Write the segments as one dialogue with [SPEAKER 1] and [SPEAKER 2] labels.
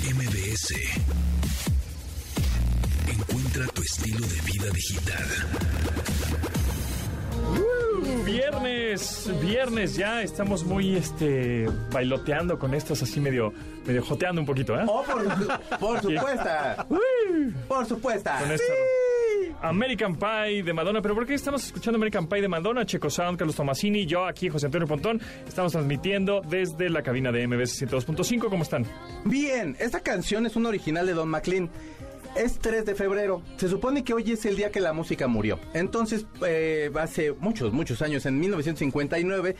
[SPEAKER 1] MBS. Encuentra tu estilo de vida digital.
[SPEAKER 2] Viernes, viernes ya, estamos muy este bailoteando con estas así medio medio joteando un poquito, ¿eh?
[SPEAKER 3] Oh, por, su- por supuesta.
[SPEAKER 2] Uy,
[SPEAKER 3] Por supuesta.
[SPEAKER 2] Con esto. American Pie de Madonna, pero ¿por qué estamos escuchando American Pie de Madonna? Checo Sound, Carlos Tomasini, yo aquí, José Antonio Pontón, estamos transmitiendo desde la cabina de MBS 102.5, ¿cómo están?
[SPEAKER 3] Bien, esta canción es un original de Don McLean. Es 3 de febrero. Se supone que hoy es el día que la música murió. Entonces, eh, hace muchos, muchos años, en 1959,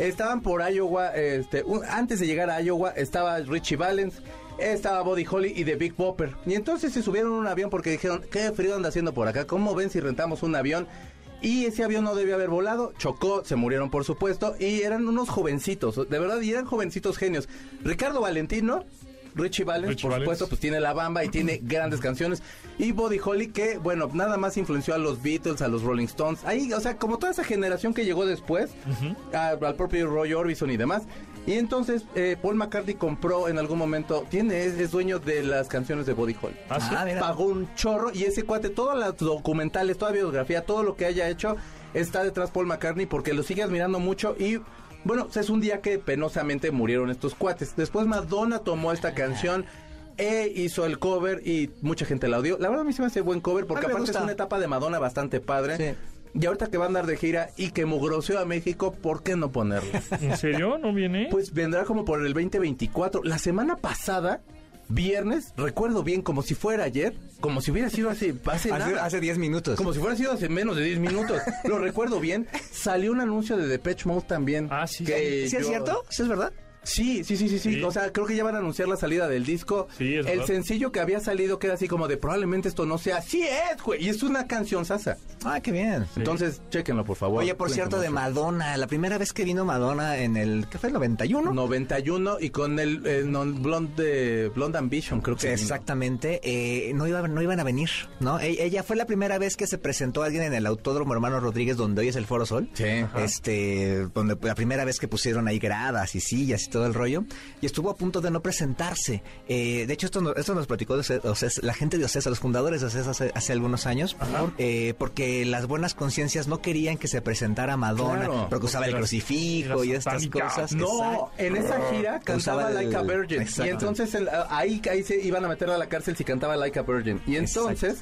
[SPEAKER 3] estaban por Iowa. Este, un- antes de llegar a Iowa, estaba Richie Valens, estaba Buddy Holly y The Big Bopper. Y entonces se subieron a un avión porque dijeron: ¿Qué frío anda haciendo por acá? ¿Cómo ven si rentamos un avión? Y ese avión no debía haber volado, chocó, se murieron por supuesto, y eran unos jovencitos, de verdad, y eran jovencitos genios. Ricardo Valentino, Richie Valens,
[SPEAKER 2] Richie
[SPEAKER 3] por
[SPEAKER 2] Valens.
[SPEAKER 3] supuesto, pues tiene La Bamba y tiene grandes canciones. Y Buddy Holly, que, bueno, nada más influenció a los Beatles, a los Rolling Stones, ahí, o sea, como toda esa generación que llegó después, a- al propio Roy Orbison y demás. Y entonces, eh, Paul McCartney compró en algún momento, tiene, es, es dueño de las canciones de Buddy Holly
[SPEAKER 2] ¿Ah, sí?
[SPEAKER 3] pagó un chorro y ese cuate, todas las documentales, toda biografía, todo lo que haya hecho, está detrás Paul McCartney porque lo sigue admirando mucho y bueno, pues, es un día que penosamente murieron estos cuates. Después Madonna tomó esta canción. E hizo el cover y mucha gente la odió. La verdad a mí se me hace buen cover porque
[SPEAKER 4] A mí me
[SPEAKER 3] aparte
[SPEAKER 4] gusta.
[SPEAKER 3] es una etapa de Madonna bastante padre. Y ahorita que va a andar de gira y que mugroseó a México, ¿por qué no ponerla?
[SPEAKER 2] ¿En serio? ¿No viene?
[SPEAKER 3] Pues vendrá como por el 2024. La semana pasada, viernes, recuerdo bien como si fuera ayer, como si hubiera sido hace, hace
[SPEAKER 4] Hace,
[SPEAKER 3] nada.
[SPEAKER 4] hace 10 minutos.
[SPEAKER 3] Como si fuera sido hace menos de 10 minutos. Lo recuerdo bien. Salió un anuncio de Depeche Mode también.
[SPEAKER 2] Ah, sí.
[SPEAKER 3] que
[SPEAKER 4] ¿Sí es
[SPEAKER 3] yo-
[SPEAKER 4] cierto? ¿Sí es verdad?
[SPEAKER 3] Sí, sí, sí, sí, sí.
[SPEAKER 2] Sí.
[SPEAKER 3] O sea, creo que ya van a anunciar la salida del disco.
[SPEAKER 2] Sí, es
[SPEAKER 3] El
[SPEAKER 2] verdad.
[SPEAKER 3] sencillo que había salido que era así como de probablemente esto no sea. Sí es, güey. Y es una canción sasa.
[SPEAKER 4] Ah, qué bien.
[SPEAKER 3] Entonces, chéquenlo, por favor.
[SPEAKER 4] Oye, por cierto, de
[SPEAKER 3] mal
[SPEAKER 4] Madonna, la primera vez que vino Madonna en el, ¿qué fue? ¿El 91?
[SPEAKER 3] 91 y con el, eh, non- Blonde, de- Blonde Ambition, creo
[SPEAKER 4] Sí,
[SPEAKER 3] que. vino.
[SPEAKER 4] Exactamente, eh, no, iba, no iban a venir, ¿no? E- Ella fue la primera vez que se presentó alguien en el Autódromo Hermano Rodríguez, donde hoy es el Foro Sol.
[SPEAKER 3] Sí.
[SPEAKER 4] Este, donde la primera vez que pusieron ahí gradas y sillas y todo el rollo, y estuvo a punto de no presentarse. Eh, de hecho, esto, no- esto nos platicó de Ocesa- Ocesa- la gente de Ocesa, los fundadores de Ocesa hace, hace algunos años, eh, porque las buenas conciencias no querían que se presentara Madonna,
[SPEAKER 3] Claro,
[SPEAKER 4] porque usaba el
[SPEAKER 2] porque era-
[SPEAKER 4] crucifijo
[SPEAKER 2] era
[SPEAKER 4] y estas
[SPEAKER 2] satánica.
[SPEAKER 4] cosas.
[SPEAKER 3] No,
[SPEAKER 4] Exacto.
[SPEAKER 3] en esa gira cantaba
[SPEAKER 4] Usaba el-
[SPEAKER 3] Like a Virgin.
[SPEAKER 4] Exacto.
[SPEAKER 3] Y entonces el- ahí, ahí se iban a meter a la cárcel si cantaba Like a Virgin. Y entonces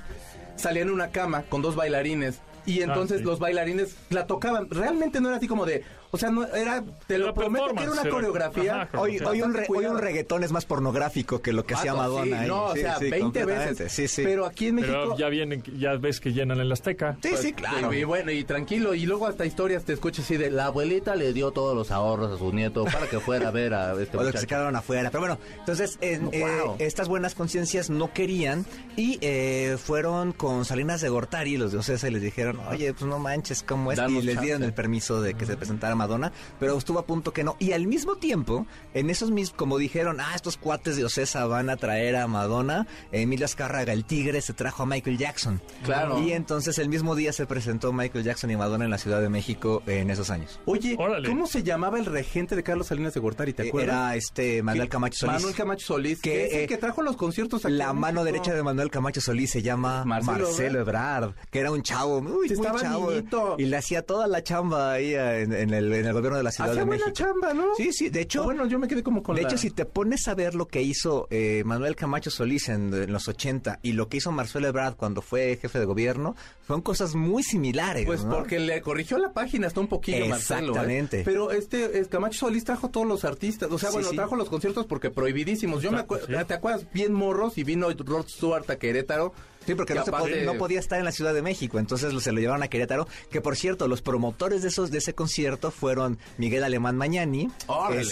[SPEAKER 3] salía en una cama con dos bailarines. Y entonces
[SPEAKER 2] Ah, sí.
[SPEAKER 3] los bailarines la tocaban. Realmente no era así como de. O sea, no era. Te lo
[SPEAKER 2] Era
[SPEAKER 3] prometo que era
[SPEAKER 2] performance,
[SPEAKER 3] una
[SPEAKER 2] era-
[SPEAKER 3] coreografía.
[SPEAKER 2] ajá,
[SPEAKER 4] Hoy, hoy, un re- hoy un
[SPEAKER 3] Cuidado.
[SPEAKER 4] reggaetón es más pornográfico que lo que hacía
[SPEAKER 3] Ah,
[SPEAKER 4] Madonna.
[SPEAKER 3] sí,
[SPEAKER 4] ahí.
[SPEAKER 3] no, o
[SPEAKER 4] ¿eh? Sí,
[SPEAKER 3] sea,
[SPEAKER 4] sí,
[SPEAKER 3] 20
[SPEAKER 4] completamente.
[SPEAKER 3] veces.
[SPEAKER 4] Sí, sí.
[SPEAKER 3] Pero aquí en México.
[SPEAKER 2] Pero ya vienen, ya ves que llenan el Azteca.
[SPEAKER 4] sí, sí, claro.
[SPEAKER 3] Y, bueno, y tranquilo, y luego hasta historias te escuchas así de la abuelita le dio todos los ahorros a su nieto para que fuera a ver a este
[SPEAKER 4] O los que se
[SPEAKER 3] muchacho.
[SPEAKER 4] quedaron afuera. Pero bueno, entonces en,
[SPEAKER 3] No,
[SPEAKER 4] eh,
[SPEAKER 3] wow.
[SPEAKER 4] estas buenas conciencias no querían y eh, fueron con Salinas de Gortari, los de Ocesa, y les dijeron, oye, pues no manches, ¿cómo es?
[SPEAKER 3] Ah. Danos
[SPEAKER 4] y les
[SPEAKER 3] chance.
[SPEAKER 4] dieron el permiso de que se presentara Madonna, pero estuvo a punto que no. Y al mismo tiempo, en esos mismos, como dijeron, ah, estos cuates de Ocesa van a traer a Madonna, Emilio Azcárraga, el tigre, se trajo a Michael Jackson.
[SPEAKER 3] Claro.
[SPEAKER 4] Y entonces el mismo día se presentó Michael Jackson y Madonna en la Ciudad de México en esos años.
[SPEAKER 3] Oye,
[SPEAKER 2] Órale.
[SPEAKER 3] ¿cómo se llamaba el regente de Carlos Salinas de Gortari? ¿Te
[SPEAKER 4] Eh,
[SPEAKER 3] acuerdas?
[SPEAKER 4] Era este Manuel
[SPEAKER 3] Que-
[SPEAKER 4] Camacho Solís.
[SPEAKER 3] Manuel Camacho Solís, que,
[SPEAKER 4] Que,
[SPEAKER 3] es el
[SPEAKER 4] eh,
[SPEAKER 3] que trajo los conciertos aquí
[SPEAKER 4] La
[SPEAKER 3] en
[SPEAKER 4] mano
[SPEAKER 3] México.
[SPEAKER 4] derecha de Manuel Camacho Solís se llama
[SPEAKER 3] Marcelo
[SPEAKER 4] Marcelo, Ebrard, que era un chavo, muy,
[SPEAKER 3] Sí,
[SPEAKER 4] muy
[SPEAKER 3] estaba
[SPEAKER 4] chavo.
[SPEAKER 3] niñito.
[SPEAKER 4] Y le hacía toda la chamba ahí eh, en, en el, en el gobierno de la Ciudad
[SPEAKER 3] Hacía
[SPEAKER 4] de
[SPEAKER 3] buena
[SPEAKER 4] México.
[SPEAKER 3] chamba, ¿no?
[SPEAKER 4] Sí, sí, de
[SPEAKER 3] Ah,
[SPEAKER 4] hecho,
[SPEAKER 3] Bueno, yo me quedé como con
[SPEAKER 4] de
[SPEAKER 3] la-
[SPEAKER 4] hecho, si te pones a ver lo que hizo eh, Manuel Camacho Solís en, en los 80 y lo que hizo Marcelo Ebrard cuando fue jefe de gobierno, son cosas muy similares.
[SPEAKER 3] Pues
[SPEAKER 4] ¿no?
[SPEAKER 3] porque le corrigió la página hasta un poquillo, Marcelo. ¿eh?
[SPEAKER 4] Exactamente.
[SPEAKER 3] Pero este es Camacho Solís trajo todos los artistas. O sea,
[SPEAKER 4] Sí,
[SPEAKER 3] bueno,
[SPEAKER 4] sí.
[SPEAKER 3] trajo los conciertos porque prohibidísimos. Yo me acuerdo,
[SPEAKER 2] Exacto, sí.
[SPEAKER 3] ¿te acuerdas? Bien morros y vino Rod Stewart a Querétaro.
[SPEAKER 4] Sí, porque
[SPEAKER 3] Y
[SPEAKER 4] no, se
[SPEAKER 3] aparte-
[SPEAKER 4] podía, no podía estar en la Ciudad de México, entonces lo- se lo llevaron a Querétaro, que por cierto, los promotores de esos de ese concierto fueron Miguel Alemán Mañani,
[SPEAKER 3] Órale.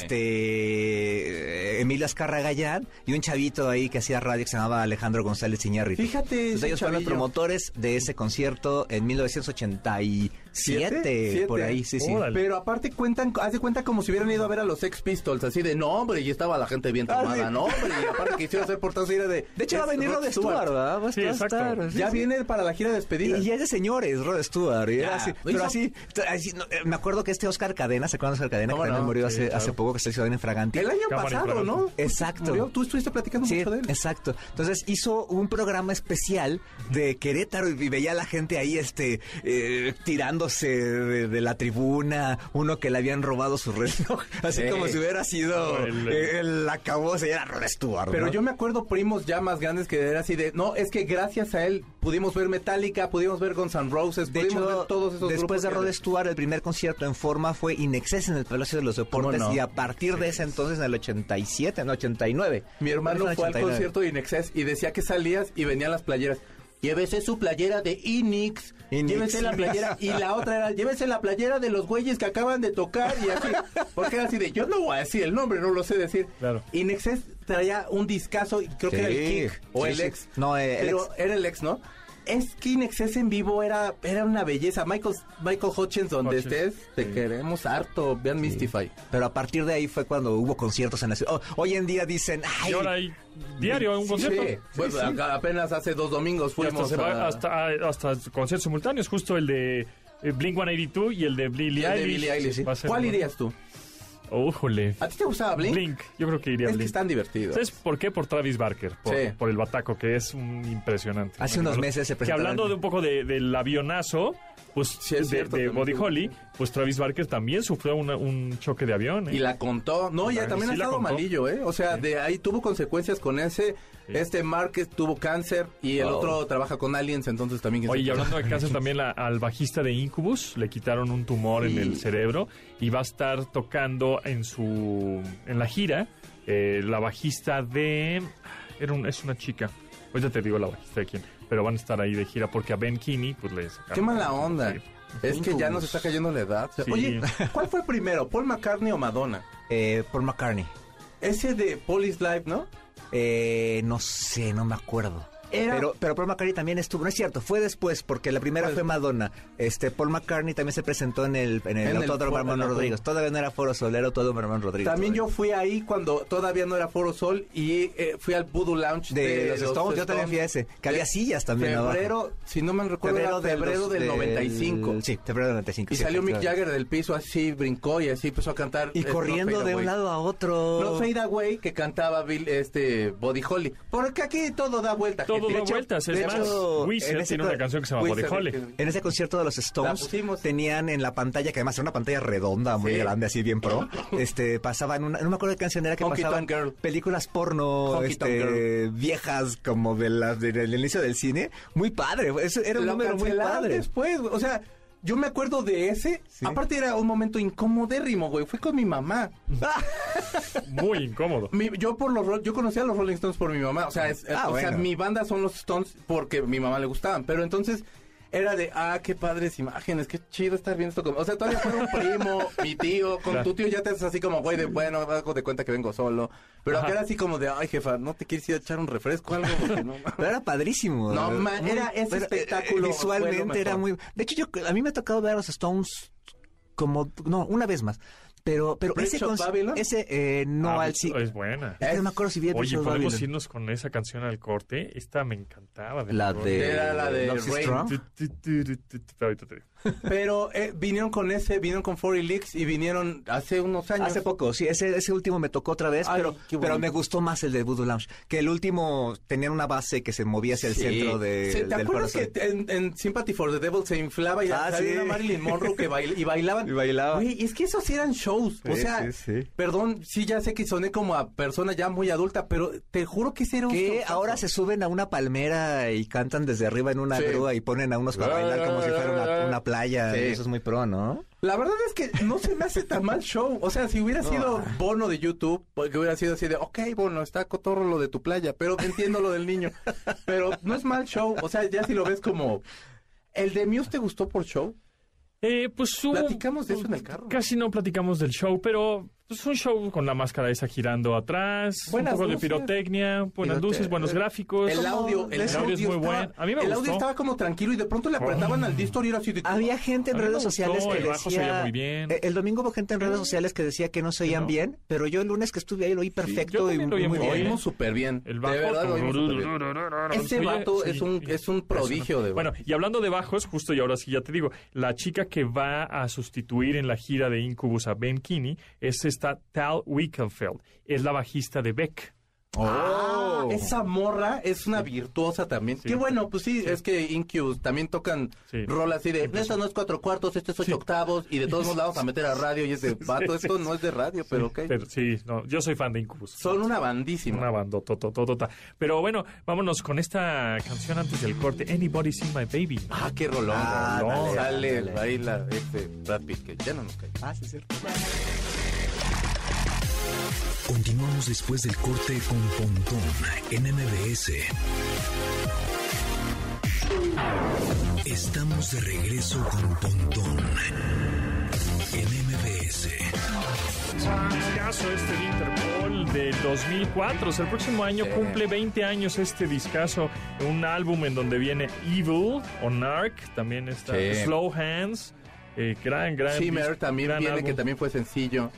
[SPEAKER 4] este eh, Emilio Azcarra Gallán y un chavito ahí que hacía radio que se llamaba Alejandro González Iñárritu.
[SPEAKER 3] Fíjate,
[SPEAKER 4] Entonces,
[SPEAKER 3] ese
[SPEAKER 4] ellos fueron los
[SPEAKER 3] chavillo.
[SPEAKER 4] promotores de ese concierto en 1980 y Siete, por ahí, sí, sí.
[SPEAKER 2] Órale.
[SPEAKER 3] Pero aparte cuentan, haz de cuenta como si hubieran ido a ver a los Sex Pistols, así de, no, hombre, y estaba la gente bien
[SPEAKER 4] Ah,
[SPEAKER 3] tomada,
[SPEAKER 4] sí.
[SPEAKER 3] no, hombre, y aparte quisieron hacer portarse era de...
[SPEAKER 4] De hecho, va a
[SPEAKER 3] es
[SPEAKER 4] venir Rod Stewart, ¿verdad? Va a
[SPEAKER 2] Sí,
[SPEAKER 4] estar-
[SPEAKER 2] exacto.
[SPEAKER 4] estar- sí,
[SPEAKER 3] Ya
[SPEAKER 4] sí.
[SPEAKER 3] viene para la gira de despedida.
[SPEAKER 4] Y, y es de señores, Rod Stewart. y era
[SPEAKER 3] Ya.
[SPEAKER 4] así,
[SPEAKER 3] Lo
[SPEAKER 4] pero
[SPEAKER 3] hizo-
[SPEAKER 4] así, t- así, no, eh, me acuerdo que este Oscar Cadena, ¿se acuerdan de Oscar Cadena? Que
[SPEAKER 3] ¿Cómo
[SPEAKER 4] también
[SPEAKER 3] no?
[SPEAKER 4] murió hace,
[SPEAKER 2] Sí, claro.
[SPEAKER 4] hace poco que está ciudadano en Fragante.
[SPEAKER 3] El año
[SPEAKER 2] Cámara
[SPEAKER 3] pasado,
[SPEAKER 2] infrarroja.
[SPEAKER 3] ¿no?
[SPEAKER 4] Exacto.
[SPEAKER 3] Murió, Tú estuviste platicando
[SPEAKER 4] Sí,
[SPEAKER 3] mucho de él.
[SPEAKER 4] exacto. Entonces hizo un programa especial de Querétaro y veía a la gente ahí este eh, tirándose de, de la tribuna, uno que le habían robado su reloj, así
[SPEAKER 3] Sí.
[SPEAKER 4] como si hubiera sido
[SPEAKER 2] El-
[SPEAKER 4] eh, el acabó, se era Rod Stewart.
[SPEAKER 3] Pero
[SPEAKER 4] ¿no?
[SPEAKER 3] yo me acuerdo primos ya más grandes que era así de, no, es que gracias a él pudimos ver Metallica, pudimos ver Guns N' Roses,
[SPEAKER 4] De
[SPEAKER 3] pudimos
[SPEAKER 4] hecho,
[SPEAKER 3] ver todos esos
[SPEAKER 4] después
[SPEAKER 3] grupos
[SPEAKER 4] de
[SPEAKER 3] que-
[SPEAKER 4] Rod Stewart, el primer concierto en forma fue In Excess en el Palacio de los Deportes
[SPEAKER 3] ¿Cómo no?
[SPEAKER 4] y a partir de ese entonces, en el 87, en 89.
[SPEAKER 3] Mi hermano
[SPEAKER 4] Fue en
[SPEAKER 3] fue al
[SPEAKER 4] 89.
[SPEAKER 3] concierto de Inexes y decía que salías y venían las playeras. Llévese su playera de Inix,
[SPEAKER 4] Inix.
[SPEAKER 3] llévese la playera, y la otra era, llévese la playera de los güeyes que acaban de tocar, y así, porque era así de, yo no voy a decir el nombre, no lo sé decir.
[SPEAKER 2] Claro.
[SPEAKER 3] Inexes traía un discazo, y creo que era
[SPEAKER 4] Sí.
[SPEAKER 3] el Kick, o
[SPEAKER 4] Sí,
[SPEAKER 3] el
[SPEAKER 4] sí.
[SPEAKER 3] Ex.
[SPEAKER 4] No, eh, el
[SPEAKER 3] pero
[SPEAKER 4] Ex.
[SPEAKER 3] era el Ex, ¿no? Es que Inexes en vivo era, era una belleza. Michael, Michael Hutchins, donde
[SPEAKER 2] Hutchins.
[SPEAKER 3] estés, te queremos harto, vean Mystify.
[SPEAKER 4] Pero a partir de ahí fue cuando hubo conciertos en la ciudad. Oh, hoy en día dicen, ay,
[SPEAKER 2] Y ahora hay diario un concierto.
[SPEAKER 3] Sí, pues, a- apenas hace dos domingos
[SPEAKER 2] Y hasta,
[SPEAKER 3] fuimos
[SPEAKER 2] se va-
[SPEAKER 3] a-
[SPEAKER 2] hasta, hasta conciertos simultáneos, justo el de eh, Blink 182 y el de Billie
[SPEAKER 3] Y el de
[SPEAKER 2] Eilish.
[SPEAKER 3] Billie Eilish, sí.
[SPEAKER 2] Va a ser
[SPEAKER 3] ¿Cuál
[SPEAKER 2] bueno.
[SPEAKER 3] irías tú?
[SPEAKER 2] Ójole.
[SPEAKER 3] ¿A ti te gustaba Blink?
[SPEAKER 2] Blink? Yo creo que iría
[SPEAKER 3] Es que
[SPEAKER 2] Blink.
[SPEAKER 3] están divertidos.
[SPEAKER 2] ¿Sabes por qué? Por Travis Barker, por,
[SPEAKER 3] Sí.
[SPEAKER 2] por el bataco, que es un impresionante.
[SPEAKER 4] Hace unos meses se
[SPEAKER 2] Que
[SPEAKER 4] presentó
[SPEAKER 2] hablando
[SPEAKER 4] la-
[SPEAKER 2] de un poco de- del avionazo, pues
[SPEAKER 3] Sí, es
[SPEAKER 2] de-
[SPEAKER 3] cierto,
[SPEAKER 2] de,
[SPEAKER 3] también
[SPEAKER 2] Body
[SPEAKER 3] tuvo-
[SPEAKER 2] Holly, pues Travis Barker también sufrió una- un choque de avión. ¿eh?
[SPEAKER 3] Y la contó. No, ya
[SPEAKER 2] Sí,
[SPEAKER 3] también ha
[SPEAKER 2] sí la
[SPEAKER 3] estado
[SPEAKER 2] contó.
[SPEAKER 3] malillo, ¿eh? O sea, de ahí tuvo consecuencias con ese. Este Márquez tuvo cáncer y el
[SPEAKER 4] Wow.
[SPEAKER 3] otro trabaja con Aliens, entonces también... quién
[SPEAKER 2] Oh. Oye, y
[SPEAKER 3] sabe.
[SPEAKER 2] hablando de cáncer, también la- al bajista de Incubus le quitaron un tumor en el cerebro y va a estar tocando en su en la gira eh, la bajista de era un- es una chica. Pues ya te digo la bajista de quién, pero van a estar ahí de gira porque a Ben Kinney pues le sacaron.
[SPEAKER 3] Qué mala onda.
[SPEAKER 2] Sí.
[SPEAKER 3] Es que ya nos está cayendo la edad. O sea,
[SPEAKER 2] Sí.
[SPEAKER 3] Oye, ¿cuál fue primero, Paul McCartney o Madonna?
[SPEAKER 4] eh, Paul McCartney.
[SPEAKER 3] Ese de Paul is Live, ¿no?
[SPEAKER 4] Eh, no sé, no me acuerdo.
[SPEAKER 3] Era-
[SPEAKER 4] Pero, pero Paul McCartney también estuvo, no es cierto, fue después, porque la primera
[SPEAKER 3] Pues-
[SPEAKER 4] fue Madonna. Este, Paul McCartney también se presentó en el, en el
[SPEAKER 3] En el foro-
[SPEAKER 4] Autódromo
[SPEAKER 3] en
[SPEAKER 4] Hermano
[SPEAKER 3] el
[SPEAKER 4] Rodríguez. Todavía no era Foro Sol, era Autódromo Hermano Rodríguez.
[SPEAKER 3] También yo fui ahí cuando todavía no era Foro Sol y eh, fui al Voodoo Lounge
[SPEAKER 4] De los Stones, yo también fui a ese, que había sillas también abajo.
[SPEAKER 3] Febrero, si no me recuerdo, febrero,
[SPEAKER 4] del
[SPEAKER 3] febrero
[SPEAKER 4] dos-
[SPEAKER 3] del, 95.
[SPEAKER 4] Sí, febrero del 95.
[SPEAKER 3] Y
[SPEAKER 4] sí,
[SPEAKER 3] salió Mick
[SPEAKER 4] efectivamente.
[SPEAKER 3] Jagger del piso así, brincó y así empezó a cantar.
[SPEAKER 4] Y
[SPEAKER 3] eh,
[SPEAKER 4] corriendo
[SPEAKER 3] No Fade
[SPEAKER 4] de
[SPEAKER 3] Away.
[SPEAKER 4] un lado a otro.
[SPEAKER 3] No Fade Away que cantaba Bill, este, Body Holly. Porque aquí todo da vuelta.
[SPEAKER 2] Todo
[SPEAKER 3] gente.
[SPEAKER 2] da
[SPEAKER 3] De hecho,
[SPEAKER 2] vueltas, es
[SPEAKER 3] de
[SPEAKER 2] más,
[SPEAKER 4] hecho, en
[SPEAKER 2] Wizard
[SPEAKER 4] ese
[SPEAKER 2] tiene una
[SPEAKER 4] co-
[SPEAKER 2] canción que se llama Body
[SPEAKER 3] Wizard,
[SPEAKER 2] Holly.
[SPEAKER 3] que-
[SPEAKER 4] En ese concierto de los
[SPEAKER 3] La
[SPEAKER 4] Stones
[SPEAKER 3] pusimos.
[SPEAKER 4] tenían en la pantalla, que además era una pantalla redonda, muy
[SPEAKER 3] Sí.
[SPEAKER 4] grande, así bien pro, este, pasaban una, no me acuerdo qué canción era que
[SPEAKER 3] Honky
[SPEAKER 4] pasaban
[SPEAKER 3] Tonk Girl.
[SPEAKER 4] películas porno,
[SPEAKER 3] Honky Tonk
[SPEAKER 4] este, viejas como de las de- del inicio del cine, muy padre, eso era un
[SPEAKER 3] lo
[SPEAKER 4] número muy
[SPEAKER 3] cancelaron
[SPEAKER 4] padre.
[SPEAKER 3] después, güey. O sea, yo me acuerdo de ese.
[SPEAKER 4] Sí.
[SPEAKER 3] Aparte era un momento incomodérrimo, güey. Fui con mi mamá.
[SPEAKER 2] Muy incómodo.
[SPEAKER 3] Mi- yo por los Roll- yo conocía a los Rolling Stones por mi mamá, o sea, es- eh,
[SPEAKER 4] Ah,
[SPEAKER 3] o sea,
[SPEAKER 4] bueno.
[SPEAKER 3] mi banda son los Stones porque mi mamá le gustaban, pero entonces era de, ah, qué padres imágenes, qué chido estar viendo esto. Como, o sea, todavía fue un primo, mi tío, con
[SPEAKER 2] Claro.
[SPEAKER 3] tu tío ya te haces así como, güey, de bueno, hago de cuenta que vengo solo. Pero
[SPEAKER 2] Ajá.
[SPEAKER 3] acá era así como de, ay, jefa, ¿no te quieres ir a echar un refresco o algo? Porque no,
[SPEAKER 4] Pero era padrísimo.
[SPEAKER 3] No,
[SPEAKER 4] Muy-
[SPEAKER 3] man, era ese
[SPEAKER 4] eh,
[SPEAKER 3] espectáculo fue lo
[SPEAKER 4] Visualmente era
[SPEAKER 3] mejor.
[SPEAKER 4] muy. De hecho, yo, a mí me ha tocado ver a los Stones como. No, una vez más. Pero, pero
[SPEAKER 3] ¿Bridge
[SPEAKER 4] ese.
[SPEAKER 3] of
[SPEAKER 4] con-
[SPEAKER 3] Babylon?
[SPEAKER 4] Ese, eh, no
[SPEAKER 2] Ah,
[SPEAKER 4] al.
[SPEAKER 2] es-
[SPEAKER 4] sí-
[SPEAKER 2] Es buena.
[SPEAKER 4] es que no me acuerdo si vi el Bridge
[SPEAKER 2] Oye,
[SPEAKER 4] of
[SPEAKER 2] podemos
[SPEAKER 4] Babylon.
[SPEAKER 2] irnos con esa canción al corte. Esta me encantaba. de
[SPEAKER 4] La
[SPEAKER 2] Madonna.
[SPEAKER 4] de.
[SPEAKER 3] Era la de
[SPEAKER 4] Love is
[SPEAKER 3] Rain.
[SPEAKER 4] Strong.
[SPEAKER 2] Tu, tu, tu, tu, tu, tu. Ahorita te digo.
[SPEAKER 3] Pero eh, vinieron con ese, vinieron con 40 Leaks y vinieron hace unos años.
[SPEAKER 4] Hace poco, sí, ese, ese último me tocó otra vez,
[SPEAKER 3] Ay,
[SPEAKER 4] pero,
[SPEAKER 3] qué bueno.
[SPEAKER 4] pero me gustó más el de Voodoo Lounge. Que el último tenía una base que se movía hacia el
[SPEAKER 3] Sí.
[SPEAKER 4] centro de,
[SPEAKER 3] Sí, ¿Te
[SPEAKER 4] del
[SPEAKER 3] acuerdas
[SPEAKER 4] Foro
[SPEAKER 3] que
[SPEAKER 4] Sol.
[SPEAKER 3] en, en Sympathy for the Devil se inflaba y
[SPEAKER 4] Ah,
[SPEAKER 3] salía
[SPEAKER 4] sí.
[SPEAKER 3] una Marilyn Monroe que bail- y bailaban?
[SPEAKER 4] Y bailaba.
[SPEAKER 3] Güey, es que esos sí eran shows. o
[SPEAKER 4] Sí,
[SPEAKER 3] sea,
[SPEAKER 4] sí, sí.
[SPEAKER 3] perdón, sí, ya sé que soné como a persona ya muy adulta, pero te juro que ese era un
[SPEAKER 4] Que
[SPEAKER 3] showzazo.
[SPEAKER 4] ahora se suben a una palmera y cantan desde arriba en una
[SPEAKER 3] Sí.
[SPEAKER 4] grúa y ponen a unos para bailar como si fuera una, una playa.
[SPEAKER 3] Sí.
[SPEAKER 4] Eso es muy pro, ¿no?
[SPEAKER 3] La verdad es que no se me hace tan mal show. O sea, si hubiera sido Bono de YouTube, porque hubiera sido así de, ok, Bono, está cotorro lo de tu playa, pero entiendo lo del niño. Pero no es mal show. O sea, ya si lo ves como... ¿El de Muse te gustó por show?
[SPEAKER 2] Eh, pues hubo-
[SPEAKER 3] Platicamos de eso en el carro.
[SPEAKER 2] Casi no platicamos del show, pero Pues un show con la máscara esa girando atrás,
[SPEAKER 3] Buenas
[SPEAKER 2] un poco
[SPEAKER 3] luces.
[SPEAKER 2] de pirotecnia, buenas
[SPEAKER 4] Pirote-
[SPEAKER 2] luces, buenos
[SPEAKER 4] eh,
[SPEAKER 2] gráficos.
[SPEAKER 3] El audio, el,
[SPEAKER 2] El audio es muy
[SPEAKER 3] estaba-
[SPEAKER 2] bueno. A mí me
[SPEAKER 3] el audio
[SPEAKER 2] gustó.
[SPEAKER 3] estaba como tranquilo y de pronto le apretaban al distor y era así de...
[SPEAKER 4] Había gente en
[SPEAKER 2] A mí me
[SPEAKER 4] redes
[SPEAKER 2] gustó,
[SPEAKER 4] sociales que
[SPEAKER 2] el bajo se
[SPEAKER 4] decía...
[SPEAKER 2] oía muy bien.
[SPEAKER 4] Eh, El domingo hubo gente en redes sociales que decía que no se oían
[SPEAKER 2] no.
[SPEAKER 4] bien, pero yo el lunes que estuve ahí lo oí perfecto
[SPEAKER 2] yo
[SPEAKER 4] y
[SPEAKER 2] también lo oí
[SPEAKER 4] muy
[SPEAKER 2] muy
[SPEAKER 4] bien.
[SPEAKER 2] bien.
[SPEAKER 3] Oímos súper bien.
[SPEAKER 2] El
[SPEAKER 3] de
[SPEAKER 2] bajo.
[SPEAKER 3] verdad oímos súper bien. Ese
[SPEAKER 2] Se oye-
[SPEAKER 3] vato
[SPEAKER 2] se
[SPEAKER 3] es
[SPEAKER 2] oye-
[SPEAKER 3] un- es un prodigio de-
[SPEAKER 2] Bueno, y hablando de bajos, justo y ahora sí ya te digo, la chica que va a sustituir en la gira de Incubus a Ben Kinney es esta Tal Wickelfeld, es la bajista de Beck.
[SPEAKER 3] Ah,
[SPEAKER 4] Oh.
[SPEAKER 3] esa morra es una virtuosa también. Qué bueno, pues sí, es que Incubus también tocan
[SPEAKER 2] Sí.
[SPEAKER 3] rol así de, esta no es cuatro cuartos, este es ocho octavos, y de todos modos la vamos a meter a radio, y es de, vato, esto no es de radio, pero ok.
[SPEAKER 2] Pero sí, no, yo soy fan de Incubus.
[SPEAKER 3] Son una bandísima.
[SPEAKER 2] Una bandotototota. Pero bueno, vámonos con esta canción antes del corte. Anybody Seen My Baby.
[SPEAKER 3] Ah, qué rolón.
[SPEAKER 4] Ah,
[SPEAKER 3] rolón.
[SPEAKER 4] dale,
[SPEAKER 3] Sale
[SPEAKER 4] dale.
[SPEAKER 3] ahí la, este Brad Pitt, que ya no nos cae.
[SPEAKER 4] Ah, sí, es cierto.
[SPEAKER 1] Continuamos después del corte con Pontón en MBS. Estamos de regreso con Pontón en MBS.
[SPEAKER 2] Discazo este de Interpol de 2004. O sea, el próximo año cumple 20 años este discazo. Un álbum en donde viene Evil o Narc. También está
[SPEAKER 3] Sí.
[SPEAKER 2] Slow Hands. eh, gran, gran.
[SPEAKER 3] Shimmer
[SPEAKER 2] disco,
[SPEAKER 3] también
[SPEAKER 2] gran
[SPEAKER 3] viene,
[SPEAKER 2] álbum.
[SPEAKER 3] que también fue sencillo.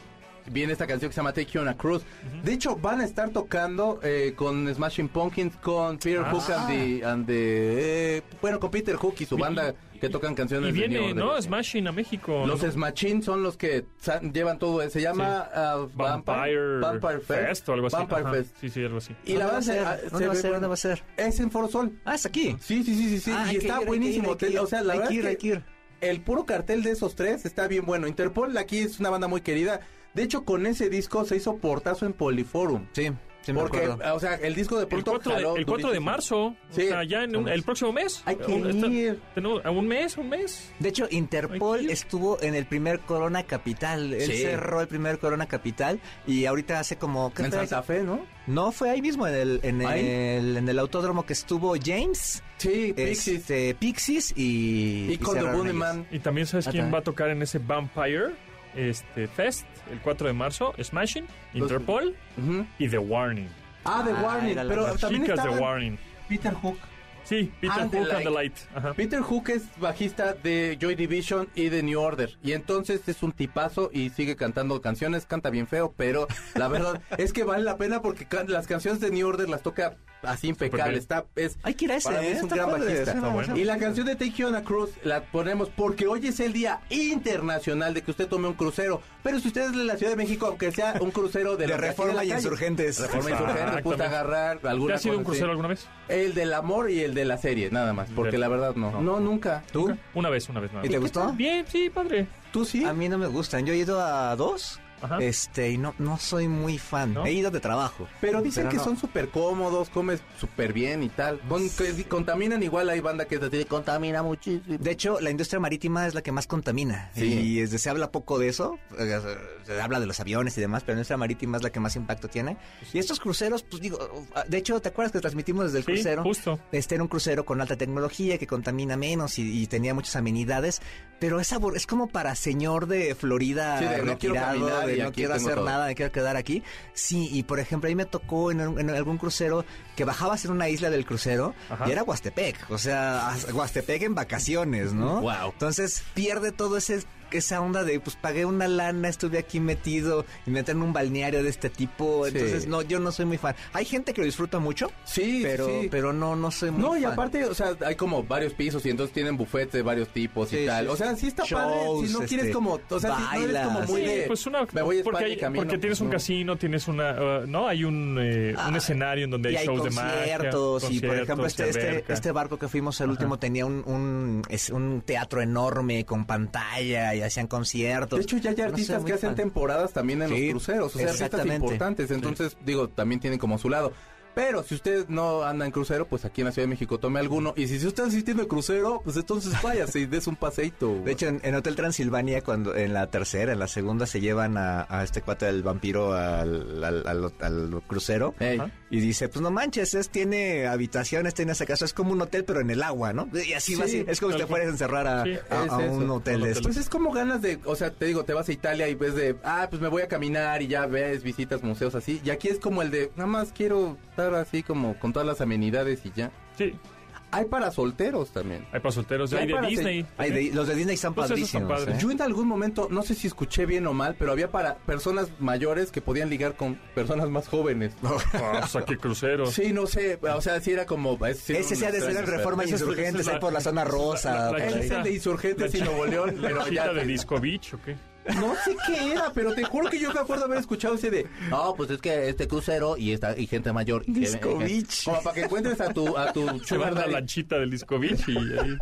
[SPEAKER 3] Viene esta canción que se llama Take You on a Cruise. De hecho, van a estar tocando eh, con Smashing Pumpkins, con Peter
[SPEAKER 2] Ah.
[SPEAKER 3] Hook and the... and the, eh, bueno, con Peter Hook y su
[SPEAKER 2] Vi-
[SPEAKER 3] banda que tocan canciones
[SPEAKER 2] Y
[SPEAKER 3] de New
[SPEAKER 2] viene,
[SPEAKER 3] Order.
[SPEAKER 2] ¿no? Smashing a México.
[SPEAKER 3] Los
[SPEAKER 2] ¿no?
[SPEAKER 3] Smashing son los que sa- llevan todo. eh, Se llama ah,
[SPEAKER 2] Vampire,
[SPEAKER 3] Vampire Fest.
[SPEAKER 2] o algo así.
[SPEAKER 3] Vampire
[SPEAKER 2] Ajá,
[SPEAKER 3] Fest.
[SPEAKER 2] Sí, sí, algo así.
[SPEAKER 3] Y la
[SPEAKER 4] ¿Dónde va
[SPEAKER 3] banda
[SPEAKER 4] a
[SPEAKER 3] se-
[SPEAKER 4] ser?
[SPEAKER 3] ah,
[SPEAKER 4] ¿Dónde
[SPEAKER 3] se
[SPEAKER 4] va a
[SPEAKER 3] ve
[SPEAKER 4] ser?
[SPEAKER 3] buena.
[SPEAKER 4] ¿Dónde va a ser?
[SPEAKER 3] Es en Forosol.
[SPEAKER 4] Ah, es aquí.
[SPEAKER 3] Sí, sí, sí, sí, sí.
[SPEAKER 4] Ah, hay
[SPEAKER 3] y
[SPEAKER 4] que
[SPEAKER 3] está
[SPEAKER 4] ir, hay que ir,
[SPEAKER 3] buenísimo.
[SPEAKER 4] hay que ir.
[SPEAKER 3] O sea, la
[SPEAKER 4] Hay
[SPEAKER 3] verdad
[SPEAKER 4] que ir,
[SPEAKER 3] es
[SPEAKER 4] hay que ir.
[SPEAKER 3] el puro cartel de esos tres está bien bueno. Interpol aquí es una banda muy querida. De hecho, con ese disco se hizo portazo en Poliforum.
[SPEAKER 4] Sí, sí me
[SPEAKER 3] porque,
[SPEAKER 4] acuerdo.
[SPEAKER 3] o sea, el disco de
[SPEAKER 2] El
[SPEAKER 3] pronto
[SPEAKER 2] 4 de,
[SPEAKER 3] jaló
[SPEAKER 2] el 4 de
[SPEAKER 3] durísimo.
[SPEAKER 2] marzo,
[SPEAKER 3] Sí.
[SPEAKER 2] o sea, ya en un- el próximo mes.
[SPEAKER 3] Hay que
[SPEAKER 2] Un-
[SPEAKER 3] ir.
[SPEAKER 2] tenemos un mes, un mes.
[SPEAKER 4] De hecho, Interpol
[SPEAKER 2] Ay, qué-
[SPEAKER 4] estuvo en el primer Corona Capital. Él
[SPEAKER 3] Sí.
[SPEAKER 4] cerró el primer Corona Capital y ahorita hace como... ¿qué
[SPEAKER 3] En
[SPEAKER 4] fue?
[SPEAKER 3] Santa Fe, ¿no?
[SPEAKER 4] No, fue ahí mismo, en el, en,
[SPEAKER 3] ¿Ahí?
[SPEAKER 4] el, en el autódromo que estuvo James,
[SPEAKER 3] Sí, Pixies.
[SPEAKER 4] este, Pixies y...
[SPEAKER 3] y con The
[SPEAKER 4] cerraron
[SPEAKER 3] Bunny
[SPEAKER 4] ellos.
[SPEAKER 3] Man.
[SPEAKER 2] Y también sabes
[SPEAKER 4] Ah,
[SPEAKER 2] quién
[SPEAKER 4] también.
[SPEAKER 2] va a tocar en ese Vampire este, Fest el 4 de marzo, Smashing, Interpol
[SPEAKER 3] Ujú.
[SPEAKER 2] y The Warning.
[SPEAKER 3] Ah, The
[SPEAKER 4] Ah,
[SPEAKER 3] Warning.
[SPEAKER 4] era la-
[SPEAKER 3] Pero
[SPEAKER 2] Las
[SPEAKER 3] también
[SPEAKER 2] chicas The
[SPEAKER 3] estaba
[SPEAKER 2] Warning.
[SPEAKER 3] Peter Hook.
[SPEAKER 2] Sí, Peter
[SPEAKER 3] And the
[SPEAKER 2] Hook and the
[SPEAKER 3] Light.
[SPEAKER 2] Light. Ajá.
[SPEAKER 3] Peter Hook es bajista de Joy Division y de New Order. Y entonces es un tipazo y sigue cantando canciones. Canta bien feo, pero la verdad es que vale la pena porque can- las canciones de New Order las toca así impecable.
[SPEAKER 2] bien.
[SPEAKER 3] Está, es,
[SPEAKER 4] Hay que ir a ese,
[SPEAKER 3] para mí
[SPEAKER 4] ¿eh?
[SPEAKER 3] es un
[SPEAKER 4] Está
[SPEAKER 3] gran
[SPEAKER 4] padre,
[SPEAKER 3] bajista.
[SPEAKER 4] suena-
[SPEAKER 2] bueno.
[SPEAKER 3] Y la canción de Take You on a Cruise la ponemos porque hoy es el día internacional de que usted tome un crucero. Pero si usted es de la Ciudad de México, aunque sea un crucero de,
[SPEAKER 4] De
[SPEAKER 3] los que aquí en
[SPEAKER 4] Reforma
[SPEAKER 3] la
[SPEAKER 4] y
[SPEAKER 3] calle.
[SPEAKER 4] Insurgentes.
[SPEAKER 3] Reforma y Insurgentes,
[SPEAKER 2] Exactamente.
[SPEAKER 3] puta agarrar
[SPEAKER 2] ¿Te
[SPEAKER 3] alguna
[SPEAKER 2] has sido un
[SPEAKER 3] cosa así.
[SPEAKER 2] crucero alguna vez?
[SPEAKER 3] El del amor y el de la serie, nada más, porque
[SPEAKER 2] Del-
[SPEAKER 3] la verdad no. No, nunca.
[SPEAKER 4] ¿Tú?
[SPEAKER 2] Una vez, una vez. Nada
[SPEAKER 4] ¿Y te
[SPEAKER 2] más.
[SPEAKER 4] gustó?
[SPEAKER 2] Bien, sí, padre.
[SPEAKER 3] ¿Tú sí?
[SPEAKER 4] A mí no me gustan. Yo he ido a dos,
[SPEAKER 3] Ah.
[SPEAKER 2] Ajá.
[SPEAKER 4] este, y no, no soy muy fan.
[SPEAKER 2] ¿No?
[SPEAKER 4] He ido de trabajo.
[SPEAKER 3] Pero dicen
[SPEAKER 4] Pero
[SPEAKER 3] que
[SPEAKER 4] no.
[SPEAKER 3] son súper cómodos, comes súper bien y tal. Con- que contaminan igual, hay banda que te contamina muchísimo.
[SPEAKER 4] De hecho, la industria marítima es la que más contamina.
[SPEAKER 3] Sí.
[SPEAKER 4] Y este, se habla poco de eso. eh, Se habla de los aviones y demás, pero la industria marítima es la que más impacto tiene. Y estos cruceros, pues digo, de hecho, ¿te acuerdas que transmitimos desde el
[SPEAKER 2] Sí,
[SPEAKER 4] crucero?
[SPEAKER 2] justo.
[SPEAKER 4] Este era un crucero con alta tecnología que contamina menos y, y tenía muchas amenidades, pero es, sabor- es como para señor de Florida
[SPEAKER 3] Sí, de no quiero
[SPEAKER 4] retirado,
[SPEAKER 3] caminar
[SPEAKER 4] de
[SPEAKER 3] y
[SPEAKER 4] no
[SPEAKER 3] aquí
[SPEAKER 4] quiero
[SPEAKER 3] tengo
[SPEAKER 4] hacer
[SPEAKER 3] todo.
[SPEAKER 4] nada, me quiero quedar aquí. Sí, y por ejemplo, ahí me tocó en, un- en algún crucero que bajabas en una isla del crucero
[SPEAKER 2] Ajá.
[SPEAKER 4] y era Huastepec, o sea, as- Huastepec en vacaciones, ¿no?
[SPEAKER 3] Wow.
[SPEAKER 4] Entonces pierde todo ese esa onda de pues pagué una lana, estuve aquí metido y me en un balneario de este tipo,
[SPEAKER 3] Sí.
[SPEAKER 4] entonces no, yo no soy muy fan. Hay gente que lo disfruta mucho,
[SPEAKER 3] Sí,
[SPEAKER 4] pero,
[SPEAKER 3] sí.
[SPEAKER 4] pero no, no soy muy
[SPEAKER 3] no, y
[SPEAKER 4] fan.
[SPEAKER 3] aparte, o sea, hay como varios pisos y entonces tienen buffets de varios tipos y
[SPEAKER 4] Sí,
[SPEAKER 3] tal.
[SPEAKER 4] sí,
[SPEAKER 3] o sea, sí está padre. Si
[SPEAKER 4] Shows,
[SPEAKER 3] no quieres
[SPEAKER 4] este,
[SPEAKER 3] como, o sea, si no eres como
[SPEAKER 4] bailas.
[SPEAKER 3] muy
[SPEAKER 2] Sí,
[SPEAKER 3] de,
[SPEAKER 2] pues una,
[SPEAKER 3] me voy a
[SPEAKER 2] porque,
[SPEAKER 3] España
[SPEAKER 2] hay-
[SPEAKER 3] y camino.
[SPEAKER 2] porque tienes
[SPEAKER 3] pues,
[SPEAKER 2] un
[SPEAKER 3] no.
[SPEAKER 2] casino, tienes una, uh, no, hay un, eh, un
[SPEAKER 4] Ah,
[SPEAKER 2] escenario en donde hay,
[SPEAKER 4] y hay
[SPEAKER 2] shows de magia,
[SPEAKER 4] conciertos y por ejemplo
[SPEAKER 2] conciertos,
[SPEAKER 4] este, este,
[SPEAKER 2] alberca.
[SPEAKER 4] este barco que fuimos el
[SPEAKER 2] Ajá.
[SPEAKER 4] último tenía un, un, es un teatro enorme con pantalla y hacían conciertos.
[SPEAKER 3] De hecho, ya hay
[SPEAKER 4] No soy
[SPEAKER 3] artistas
[SPEAKER 4] muy
[SPEAKER 3] que hacen
[SPEAKER 4] fan.
[SPEAKER 3] temporadas también en
[SPEAKER 4] Sí,
[SPEAKER 3] los cruceros. O sea, artistas
[SPEAKER 4] exactamente.
[SPEAKER 3] importantes. Entonces, digo, también tienen como su lado. Pero si usted no anda en crucero, pues aquí en la Ciudad de México tome alguno. Y si, si usted sí tiene crucero, pues entonces váyase y des un paseito.
[SPEAKER 4] De hecho, en, en Hotel Transilvania, cuando en la tercera, en la segunda, se llevan a, a este cuate del vampiro al, al- al- al crucero.
[SPEAKER 3] Ey.
[SPEAKER 2] Ajá.
[SPEAKER 4] Y dice, pues no manches, es, tiene habitaciones, tiene esa casa, es como un hotel, pero en el agua, ¿no? Y así va
[SPEAKER 3] Sí,
[SPEAKER 4] así, es como si te
[SPEAKER 2] tal cual.
[SPEAKER 4] fueras a encerrar a,
[SPEAKER 2] Sí,
[SPEAKER 4] a-
[SPEAKER 3] es
[SPEAKER 4] a un
[SPEAKER 3] eso.
[SPEAKER 4] hotel
[SPEAKER 2] Un
[SPEAKER 4] de
[SPEAKER 2] hotel.
[SPEAKER 4] estos.
[SPEAKER 3] Pues es como ganas de, o sea, te digo, te vas a Italia y ves de, ah, pues me voy a caminar y ya ves, visitas museos así. Y aquí es como el de, nada más quiero estar así como con todas las amenidades y ya.
[SPEAKER 2] Sí,
[SPEAKER 3] Hay para solteros también.
[SPEAKER 2] hay para solteros, hay
[SPEAKER 3] Hay
[SPEAKER 2] de
[SPEAKER 3] para-
[SPEAKER 2] Disney.
[SPEAKER 4] Ay, de- los de Disney están
[SPEAKER 2] Pues esos son
[SPEAKER 4] padrísimos.
[SPEAKER 2] padres.
[SPEAKER 4] ¿eh?
[SPEAKER 3] Yo en algún momento, no sé si escuché bien o mal, pero había para personas mayores que podían ligar con personas más jóvenes.
[SPEAKER 2] Ah, o sea, qué crucero.
[SPEAKER 3] Sí, no sé, o sea, sí era como... es- sí era
[SPEAKER 4] Ese
[SPEAKER 3] un
[SPEAKER 4] sí ha de ser en
[SPEAKER 3] extraño,
[SPEAKER 4] Reforma y
[SPEAKER 2] Ese es- ese
[SPEAKER 4] Insurgentes,
[SPEAKER 2] es la-
[SPEAKER 4] ahí por la zona rosa.
[SPEAKER 2] la- la-
[SPEAKER 4] por
[SPEAKER 3] Ese
[SPEAKER 4] ahí.
[SPEAKER 3] es el de Insurgentes y Nuevo León,
[SPEAKER 2] La
[SPEAKER 3] pero
[SPEAKER 2] chita
[SPEAKER 3] ya...
[SPEAKER 2] de Disco Beach, ¿o qué?
[SPEAKER 3] No sé qué era, pero te juro que yo me acuerdo haber escuchado ese de. No, pues es que este crucero y esta y gente mayor. y que-
[SPEAKER 4] Discovich.
[SPEAKER 3] Como para que encuentres a tu a tu
[SPEAKER 2] Se van
[SPEAKER 3] sugar
[SPEAKER 2] a la
[SPEAKER 3] daddy.
[SPEAKER 2] lanchita del Disco Beach y ahí...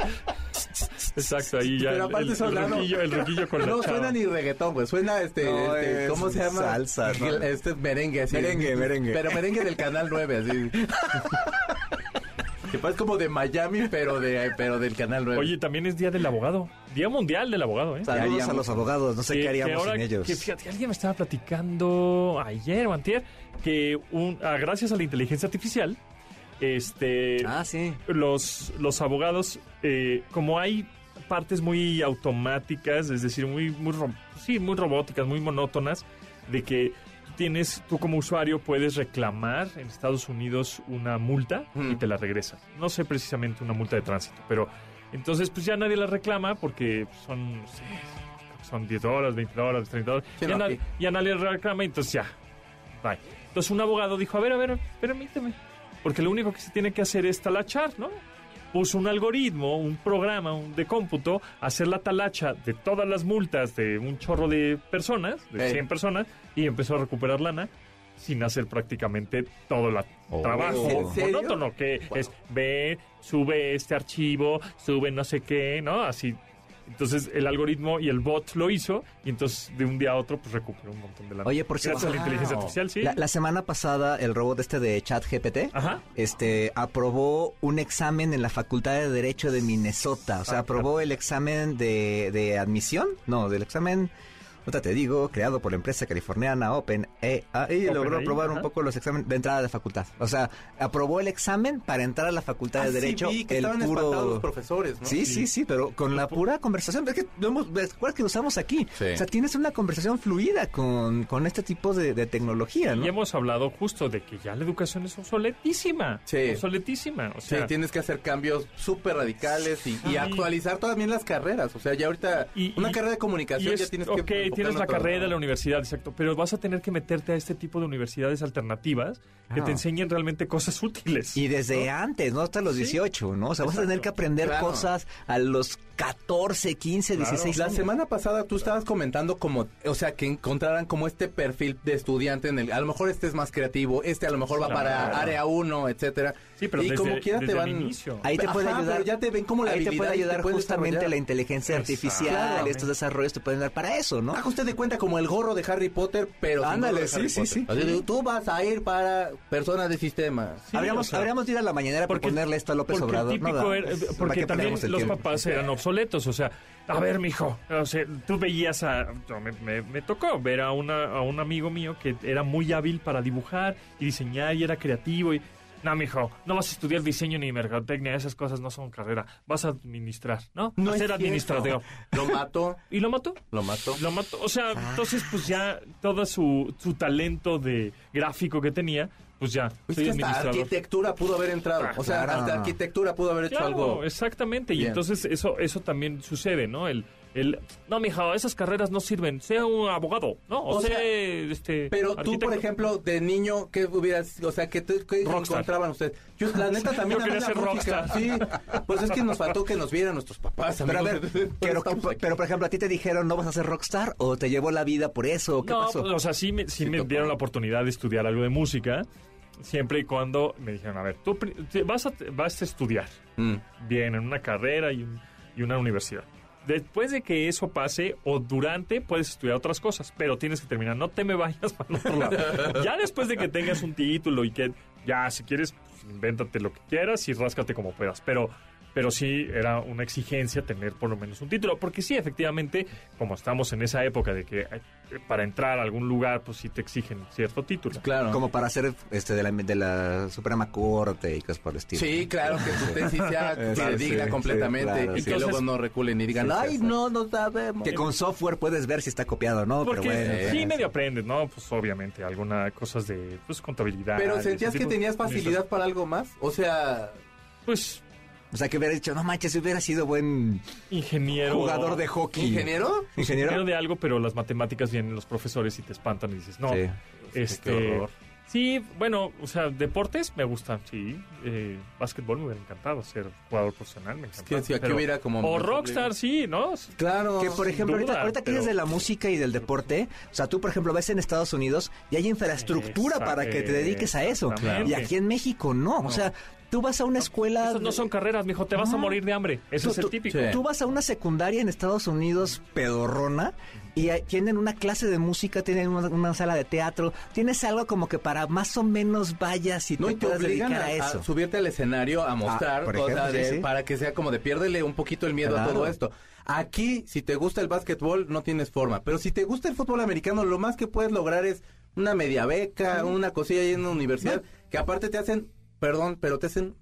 [SPEAKER 2] Exacto, ahí ya
[SPEAKER 3] Pero
[SPEAKER 2] el,
[SPEAKER 3] aparte
[SPEAKER 2] el- el
[SPEAKER 3] sonando-
[SPEAKER 2] ruquillo, el ruquillo con
[SPEAKER 3] No
[SPEAKER 2] la chava.
[SPEAKER 3] suena ni reggaetón, güey. Suena este,
[SPEAKER 4] No,
[SPEAKER 3] este,
[SPEAKER 4] es
[SPEAKER 3] ¿cómo se llama?
[SPEAKER 4] salsa, ¿no?
[SPEAKER 3] El- Este es merengue, así.
[SPEAKER 4] Merengue, merengue.
[SPEAKER 3] Pero merengue del canal 9, así. que parece como de Miami, pero de pero del canal 9.
[SPEAKER 2] Oye, también es Día del Abogado. Día Mundial del Abogado, ¿eh?
[SPEAKER 3] Sa-
[SPEAKER 4] Saludos
[SPEAKER 3] haríamos.
[SPEAKER 4] a los abogados, no sé
[SPEAKER 2] Que-
[SPEAKER 4] qué
[SPEAKER 2] que
[SPEAKER 4] haríamos
[SPEAKER 2] ahora
[SPEAKER 4] sin ellos.
[SPEAKER 2] que fíjate, alguien me estaba platicando ayer o antier que un, ah, gracias a la inteligencia artificial, este,
[SPEAKER 4] Ah, sí.
[SPEAKER 2] los, los abogados, eh, como hay partes muy automáticas, es decir, muy, muy, ro- sí, muy robóticas, muy monótonas, de que tienes, tú como usuario puedes reclamar en Estados Unidos una multa
[SPEAKER 3] Mm.
[SPEAKER 2] y te la regresan. No sé precisamente una multa de tránsito, pero entonces pues ya nadie la reclama porque son, no sé, son 10 dólares, 20 dólares, 30 dólares.
[SPEAKER 3] Sí,
[SPEAKER 2] ya,
[SPEAKER 3] no,
[SPEAKER 2] na-
[SPEAKER 3] sí.
[SPEAKER 2] ya nadie la reclama, entonces ya, bye. Entonces un abogado dijo, a ver, a ver, permíteme, porque lo único que se tiene que hacer es talachar, ¿no? Puso un algoritmo, un programa un- de cómputo, hacer la talacha de todas las multas de un chorro de personas, de
[SPEAKER 3] Ey.
[SPEAKER 2] 100 personas, y empezó a recuperar lana sin hacer prácticamente todo el
[SPEAKER 4] Oh.
[SPEAKER 2] trabajo
[SPEAKER 3] ¿En serio?
[SPEAKER 2] monótono, que
[SPEAKER 3] Wow.
[SPEAKER 2] es ve, sube este archivo, sube no sé qué, ¿no? Así. Entonces el algoritmo y el bot lo hizo, y entonces de un día a otro pues recuperó un montón de lana.
[SPEAKER 4] Oye, por
[SPEAKER 2] Gracias a la
[SPEAKER 4] cierto,
[SPEAKER 2] inteligencia
[SPEAKER 3] wow.
[SPEAKER 2] artificial, sí.
[SPEAKER 4] la, la semana pasada el robot este de ChatGPT
[SPEAKER 2] Ajá.
[SPEAKER 4] este, aprobó un examen en la Facultad de Derecho de Minnesota. O sea,
[SPEAKER 2] Ah,
[SPEAKER 4] aprobó el examen de, de admisión. No, del examen, ahorita te digo, creado por la empresa californiana OpenAI. Y logró
[SPEAKER 2] OpenAI,
[SPEAKER 4] aprobar un
[SPEAKER 2] ajá.
[SPEAKER 4] poco los exámenes de entrada de facultad. O sea, aprobó el examen para entrar a la Facultad
[SPEAKER 2] Ah,
[SPEAKER 4] de
[SPEAKER 3] Así
[SPEAKER 4] Derecho.
[SPEAKER 3] Ah, vi que
[SPEAKER 4] el
[SPEAKER 3] estaban
[SPEAKER 4] puro-
[SPEAKER 3] espantados los profesores, ¿no?
[SPEAKER 4] Sí, sí,
[SPEAKER 2] Sí.
[SPEAKER 4] sí, pero
[SPEAKER 2] pues
[SPEAKER 4] con la pura conversación. Es que lo hemos, ¿te acuerdas que lo usamos aquí?
[SPEAKER 3] Sí.
[SPEAKER 4] O sea, tienes una conversación fluida con, con este tipo de, de tecnología, ¿no?
[SPEAKER 2] Y hemos hablado justo de que ya la educación es obsoletísima.
[SPEAKER 3] Sí.
[SPEAKER 2] Obsoletísima. O
[SPEAKER 3] Sí,
[SPEAKER 2] sea,
[SPEAKER 3] tienes que hacer cambios súper radicales y, y
[SPEAKER 2] Sí.
[SPEAKER 3] actualizar también las carreras. O sea, ya ahorita
[SPEAKER 2] Ah. Y-
[SPEAKER 3] una
[SPEAKER 2] y-
[SPEAKER 3] carrera de comunicación
[SPEAKER 2] y es-
[SPEAKER 3] ya tienes
[SPEAKER 2] ok,
[SPEAKER 3] que...
[SPEAKER 2] tienes la carrera, la
[SPEAKER 3] universidad.
[SPEAKER 2] universidad, exacto. Pero vas a tener que meterte a este tipo de universidades alternativas que
[SPEAKER 4] Ah.
[SPEAKER 2] te enseñen realmente cosas útiles.
[SPEAKER 4] Y desde antes, ¿no? Hasta los
[SPEAKER 2] Sí.
[SPEAKER 4] 18, ¿no? O sea, vas a tener
[SPEAKER 2] Exacto.
[SPEAKER 4] que aprender
[SPEAKER 3] Claro.
[SPEAKER 4] cosas a los 14, 15,
[SPEAKER 2] Claro.
[SPEAKER 4] 16
[SPEAKER 3] La
[SPEAKER 4] años.
[SPEAKER 3] semana pasada tú estabas comentando como, o sea, que encontraran como este perfil de estudiante en el, a lo mejor este es más creativo, este a lo mejor va
[SPEAKER 2] Claro.
[SPEAKER 3] para área 1, etcétera.
[SPEAKER 2] sí, pero
[SPEAKER 3] y
[SPEAKER 2] desde,
[SPEAKER 3] como quiera te
[SPEAKER 2] desde
[SPEAKER 3] van
[SPEAKER 2] el inicio.
[SPEAKER 4] Ahí te puede
[SPEAKER 3] Ajá,
[SPEAKER 4] ayudar.
[SPEAKER 3] pero ya te ven como la
[SPEAKER 4] Ahí te
[SPEAKER 3] habilidad
[SPEAKER 4] puede
[SPEAKER 3] y te
[SPEAKER 4] ayudar
[SPEAKER 3] puedes
[SPEAKER 4] justamente
[SPEAKER 3] desarrollar.
[SPEAKER 4] la inteligencia
[SPEAKER 2] Exacto.
[SPEAKER 4] artificial, estos desarrollos te pueden dar para eso, ¿no?
[SPEAKER 3] Ah, usted de cuenta como el gorro de Harry Potter, pero sin
[SPEAKER 4] Ándale,
[SPEAKER 3] gorro de
[SPEAKER 4] sí,
[SPEAKER 3] Harry
[SPEAKER 4] sí,
[SPEAKER 3] Potter.
[SPEAKER 4] sí.
[SPEAKER 3] Así de, tú vas a ir para personas de sistemas.
[SPEAKER 2] Sí,
[SPEAKER 4] habríamos,
[SPEAKER 2] o sea,
[SPEAKER 4] habríamos de ir a la mañanera para
[SPEAKER 2] porque-
[SPEAKER 4] ponerle esto a López
[SPEAKER 2] porque el
[SPEAKER 4] Obrador.
[SPEAKER 2] típico
[SPEAKER 4] ¿no?
[SPEAKER 2] era-
[SPEAKER 4] Pues, ¿para
[SPEAKER 2] porque
[SPEAKER 4] qué
[SPEAKER 2] también
[SPEAKER 4] perdemos el
[SPEAKER 2] los
[SPEAKER 4] tiempo?
[SPEAKER 2] papás eran obsoletos, o sea, a ver, mijo, o sea, tú veías a, yo me, me- me tocó ver a, una, a un amigo mío que era muy hábil para dibujar y diseñar y era creativo y, no, mijo, no vas a estudiar diseño ni mercadotecnia, esas cosas no son carrera, vas a administrar, ¿no?
[SPEAKER 3] No
[SPEAKER 2] a
[SPEAKER 3] es
[SPEAKER 2] ser
[SPEAKER 3] cierto.
[SPEAKER 2] administrador.
[SPEAKER 3] Lo mató,
[SPEAKER 2] Y lo mató.
[SPEAKER 3] lo mató.
[SPEAKER 2] Lo mató. O sea, entonces, pues ya todo su, su talento de gráfico que tenía, pues ya,
[SPEAKER 3] Es
[SPEAKER 2] soy
[SPEAKER 3] que hasta
[SPEAKER 2] administrador.
[SPEAKER 3] arquitectura pudo haber entrado.
[SPEAKER 2] Ah,
[SPEAKER 3] o sea,
[SPEAKER 4] claro.
[SPEAKER 3] hasta arquitectura pudo haber hecho
[SPEAKER 2] Claro,
[SPEAKER 3] algo.
[SPEAKER 2] exactamente. Y
[SPEAKER 3] Bien.
[SPEAKER 2] entonces eso eso también sucede, ¿no? El, el no, mija, esas carreras no sirven. Sea un abogado, ¿no? O,
[SPEAKER 3] O
[SPEAKER 2] sea,
[SPEAKER 3] sea,
[SPEAKER 2] este.
[SPEAKER 3] Pero tú,
[SPEAKER 2] arquitecto.
[SPEAKER 3] por ejemplo, de niño, ¿qué hubieras, o sea, qué, te- qué
[SPEAKER 2] Rockstar.
[SPEAKER 3] encontraban ustedes? Yo, la neta, también
[SPEAKER 2] Yo quería
[SPEAKER 3] amé la
[SPEAKER 2] ser
[SPEAKER 3] música,
[SPEAKER 2] rockstar.
[SPEAKER 3] Sí, pues es que nos faltó que nos vieran nuestros papás.
[SPEAKER 4] Pero a
[SPEAKER 3] amigos.
[SPEAKER 4] ver, pero,
[SPEAKER 3] Estamos aquí.
[SPEAKER 4] pero por ejemplo, ¿a ti te dijeron no vas a ser rockstar o te llevó la vida por eso? ¿O ¿Qué
[SPEAKER 2] no,
[SPEAKER 4] pasó?
[SPEAKER 2] pues, o sea, sí me, sí
[SPEAKER 3] Sí,
[SPEAKER 2] me
[SPEAKER 3] tocó.
[SPEAKER 2] dieron la oportunidad de estudiar algo de música, siempre y cuando me dijeron, a ver, tú pri- te- vas a, vas a estudiar
[SPEAKER 3] Mm.
[SPEAKER 2] bien en una carrera y, un- y una universidad. Después de que eso pase o durante, puedes estudiar otras cosas, pero tienes que terminar. No te me vayas para el otro lado. ya después de que tengas un título y que ya si quieres, pues, invéntate lo que quieras y ráscate como puedas. Pero, pero sí era una exigencia tener por lo menos un título, porque sí, efectivamente, como estamos en esa época de que eh, para entrar a algún lugar, pues sí te exigen cierto título.
[SPEAKER 3] Claro.
[SPEAKER 4] Como para hacer este, de, la, de la Suprema Corte y cosas por el estilo.
[SPEAKER 3] Sí, claro, que tu tesis sea
[SPEAKER 4] Eso
[SPEAKER 3] eh, digna
[SPEAKER 4] sí,
[SPEAKER 3] completamente
[SPEAKER 4] sí, claro,
[SPEAKER 3] y que
[SPEAKER 2] sí.
[SPEAKER 3] luego no reculen y digan,
[SPEAKER 4] Sí, sí,
[SPEAKER 3] ay,
[SPEAKER 4] sí.
[SPEAKER 3] no, no sabemos.
[SPEAKER 4] Que con software puedes ver si está copiado o no,
[SPEAKER 2] Porque
[SPEAKER 4] pero bueno.
[SPEAKER 2] sí
[SPEAKER 4] eh,
[SPEAKER 2] medio aprendes, ¿no? Pues obviamente, algunas cosas de pues, contabilidad.
[SPEAKER 3] Pero
[SPEAKER 2] ese
[SPEAKER 3] sentías que
[SPEAKER 2] tipo de
[SPEAKER 3] tenías
[SPEAKER 2] cosas.
[SPEAKER 3] facilidad para algo más, o sea,
[SPEAKER 2] Pues
[SPEAKER 4] O sea, que hubiera dicho, no manches, hubiera sido buen
[SPEAKER 2] ingeniero.
[SPEAKER 4] jugador de hockey.
[SPEAKER 3] ingeniero.
[SPEAKER 2] Ingeniero
[SPEAKER 4] Ingeniero.
[SPEAKER 2] de algo, pero las matemáticas vienen los profesores y te espantan y dices, no,
[SPEAKER 4] Sí.
[SPEAKER 3] Qué
[SPEAKER 2] este...
[SPEAKER 3] horror.
[SPEAKER 2] Sí, bueno, o sea, deportes me gustan, sí. Eh, básquetbol me hubiera encantado ser jugador profesional, me encantaba.
[SPEAKER 3] que si aquí
[SPEAKER 2] pero-
[SPEAKER 3] hubiera como-
[SPEAKER 2] O rockstar, sí, ¿no?
[SPEAKER 3] Claro.
[SPEAKER 4] Que por ejemplo,
[SPEAKER 2] duda,
[SPEAKER 4] ahorita, ahorita que
[SPEAKER 2] pero-
[SPEAKER 4] dices de la música y del deporte, o sea, tú por ejemplo ves en Estados Unidos y hay infraestructura
[SPEAKER 2] Esa-
[SPEAKER 4] para que te dediques a eso.
[SPEAKER 2] exactamente.
[SPEAKER 4] Y aquí en México no. O sea, tú vas a una escuela.
[SPEAKER 2] Esas no son carreras, mijo, te vas a
[SPEAKER 4] No.
[SPEAKER 2] morir de hambre. Eso
[SPEAKER 4] Tú-
[SPEAKER 2] es el
[SPEAKER 4] tú-
[SPEAKER 2] típico.
[SPEAKER 3] Ah, sí.
[SPEAKER 4] Tú vas a una secundaria en Estados Unidos pedorrona y ahí tienen una clase de música, tienen una, una sala de teatro, tienes algo como que para más o menos vayas y
[SPEAKER 3] No,
[SPEAKER 4] te
[SPEAKER 3] y te
[SPEAKER 4] puedas
[SPEAKER 3] obligan
[SPEAKER 4] dedicar
[SPEAKER 3] a,
[SPEAKER 4] a,
[SPEAKER 3] a
[SPEAKER 4] eso. Ah,
[SPEAKER 3] subirte al escenario a mostrar,
[SPEAKER 4] por
[SPEAKER 3] o sea,
[SPEAKER 4] ejemplo,
[SPEAKER 3] de-
[SPEAKER 4] sí, sí.
[SPEAKER 3] para que sea como de piérdele un poquito el miedo a
[SPEAKER 4] Claro.
[SPEAKER 3] todo esto. Aquí, si te gusta el básquetbol, no tienes forma. Pero si te gusta el fútbol americano, lo más que puedes lograr es una media beca, una cosilla ahí en la universidad, que aparte te hacen, perdón, pero te hacen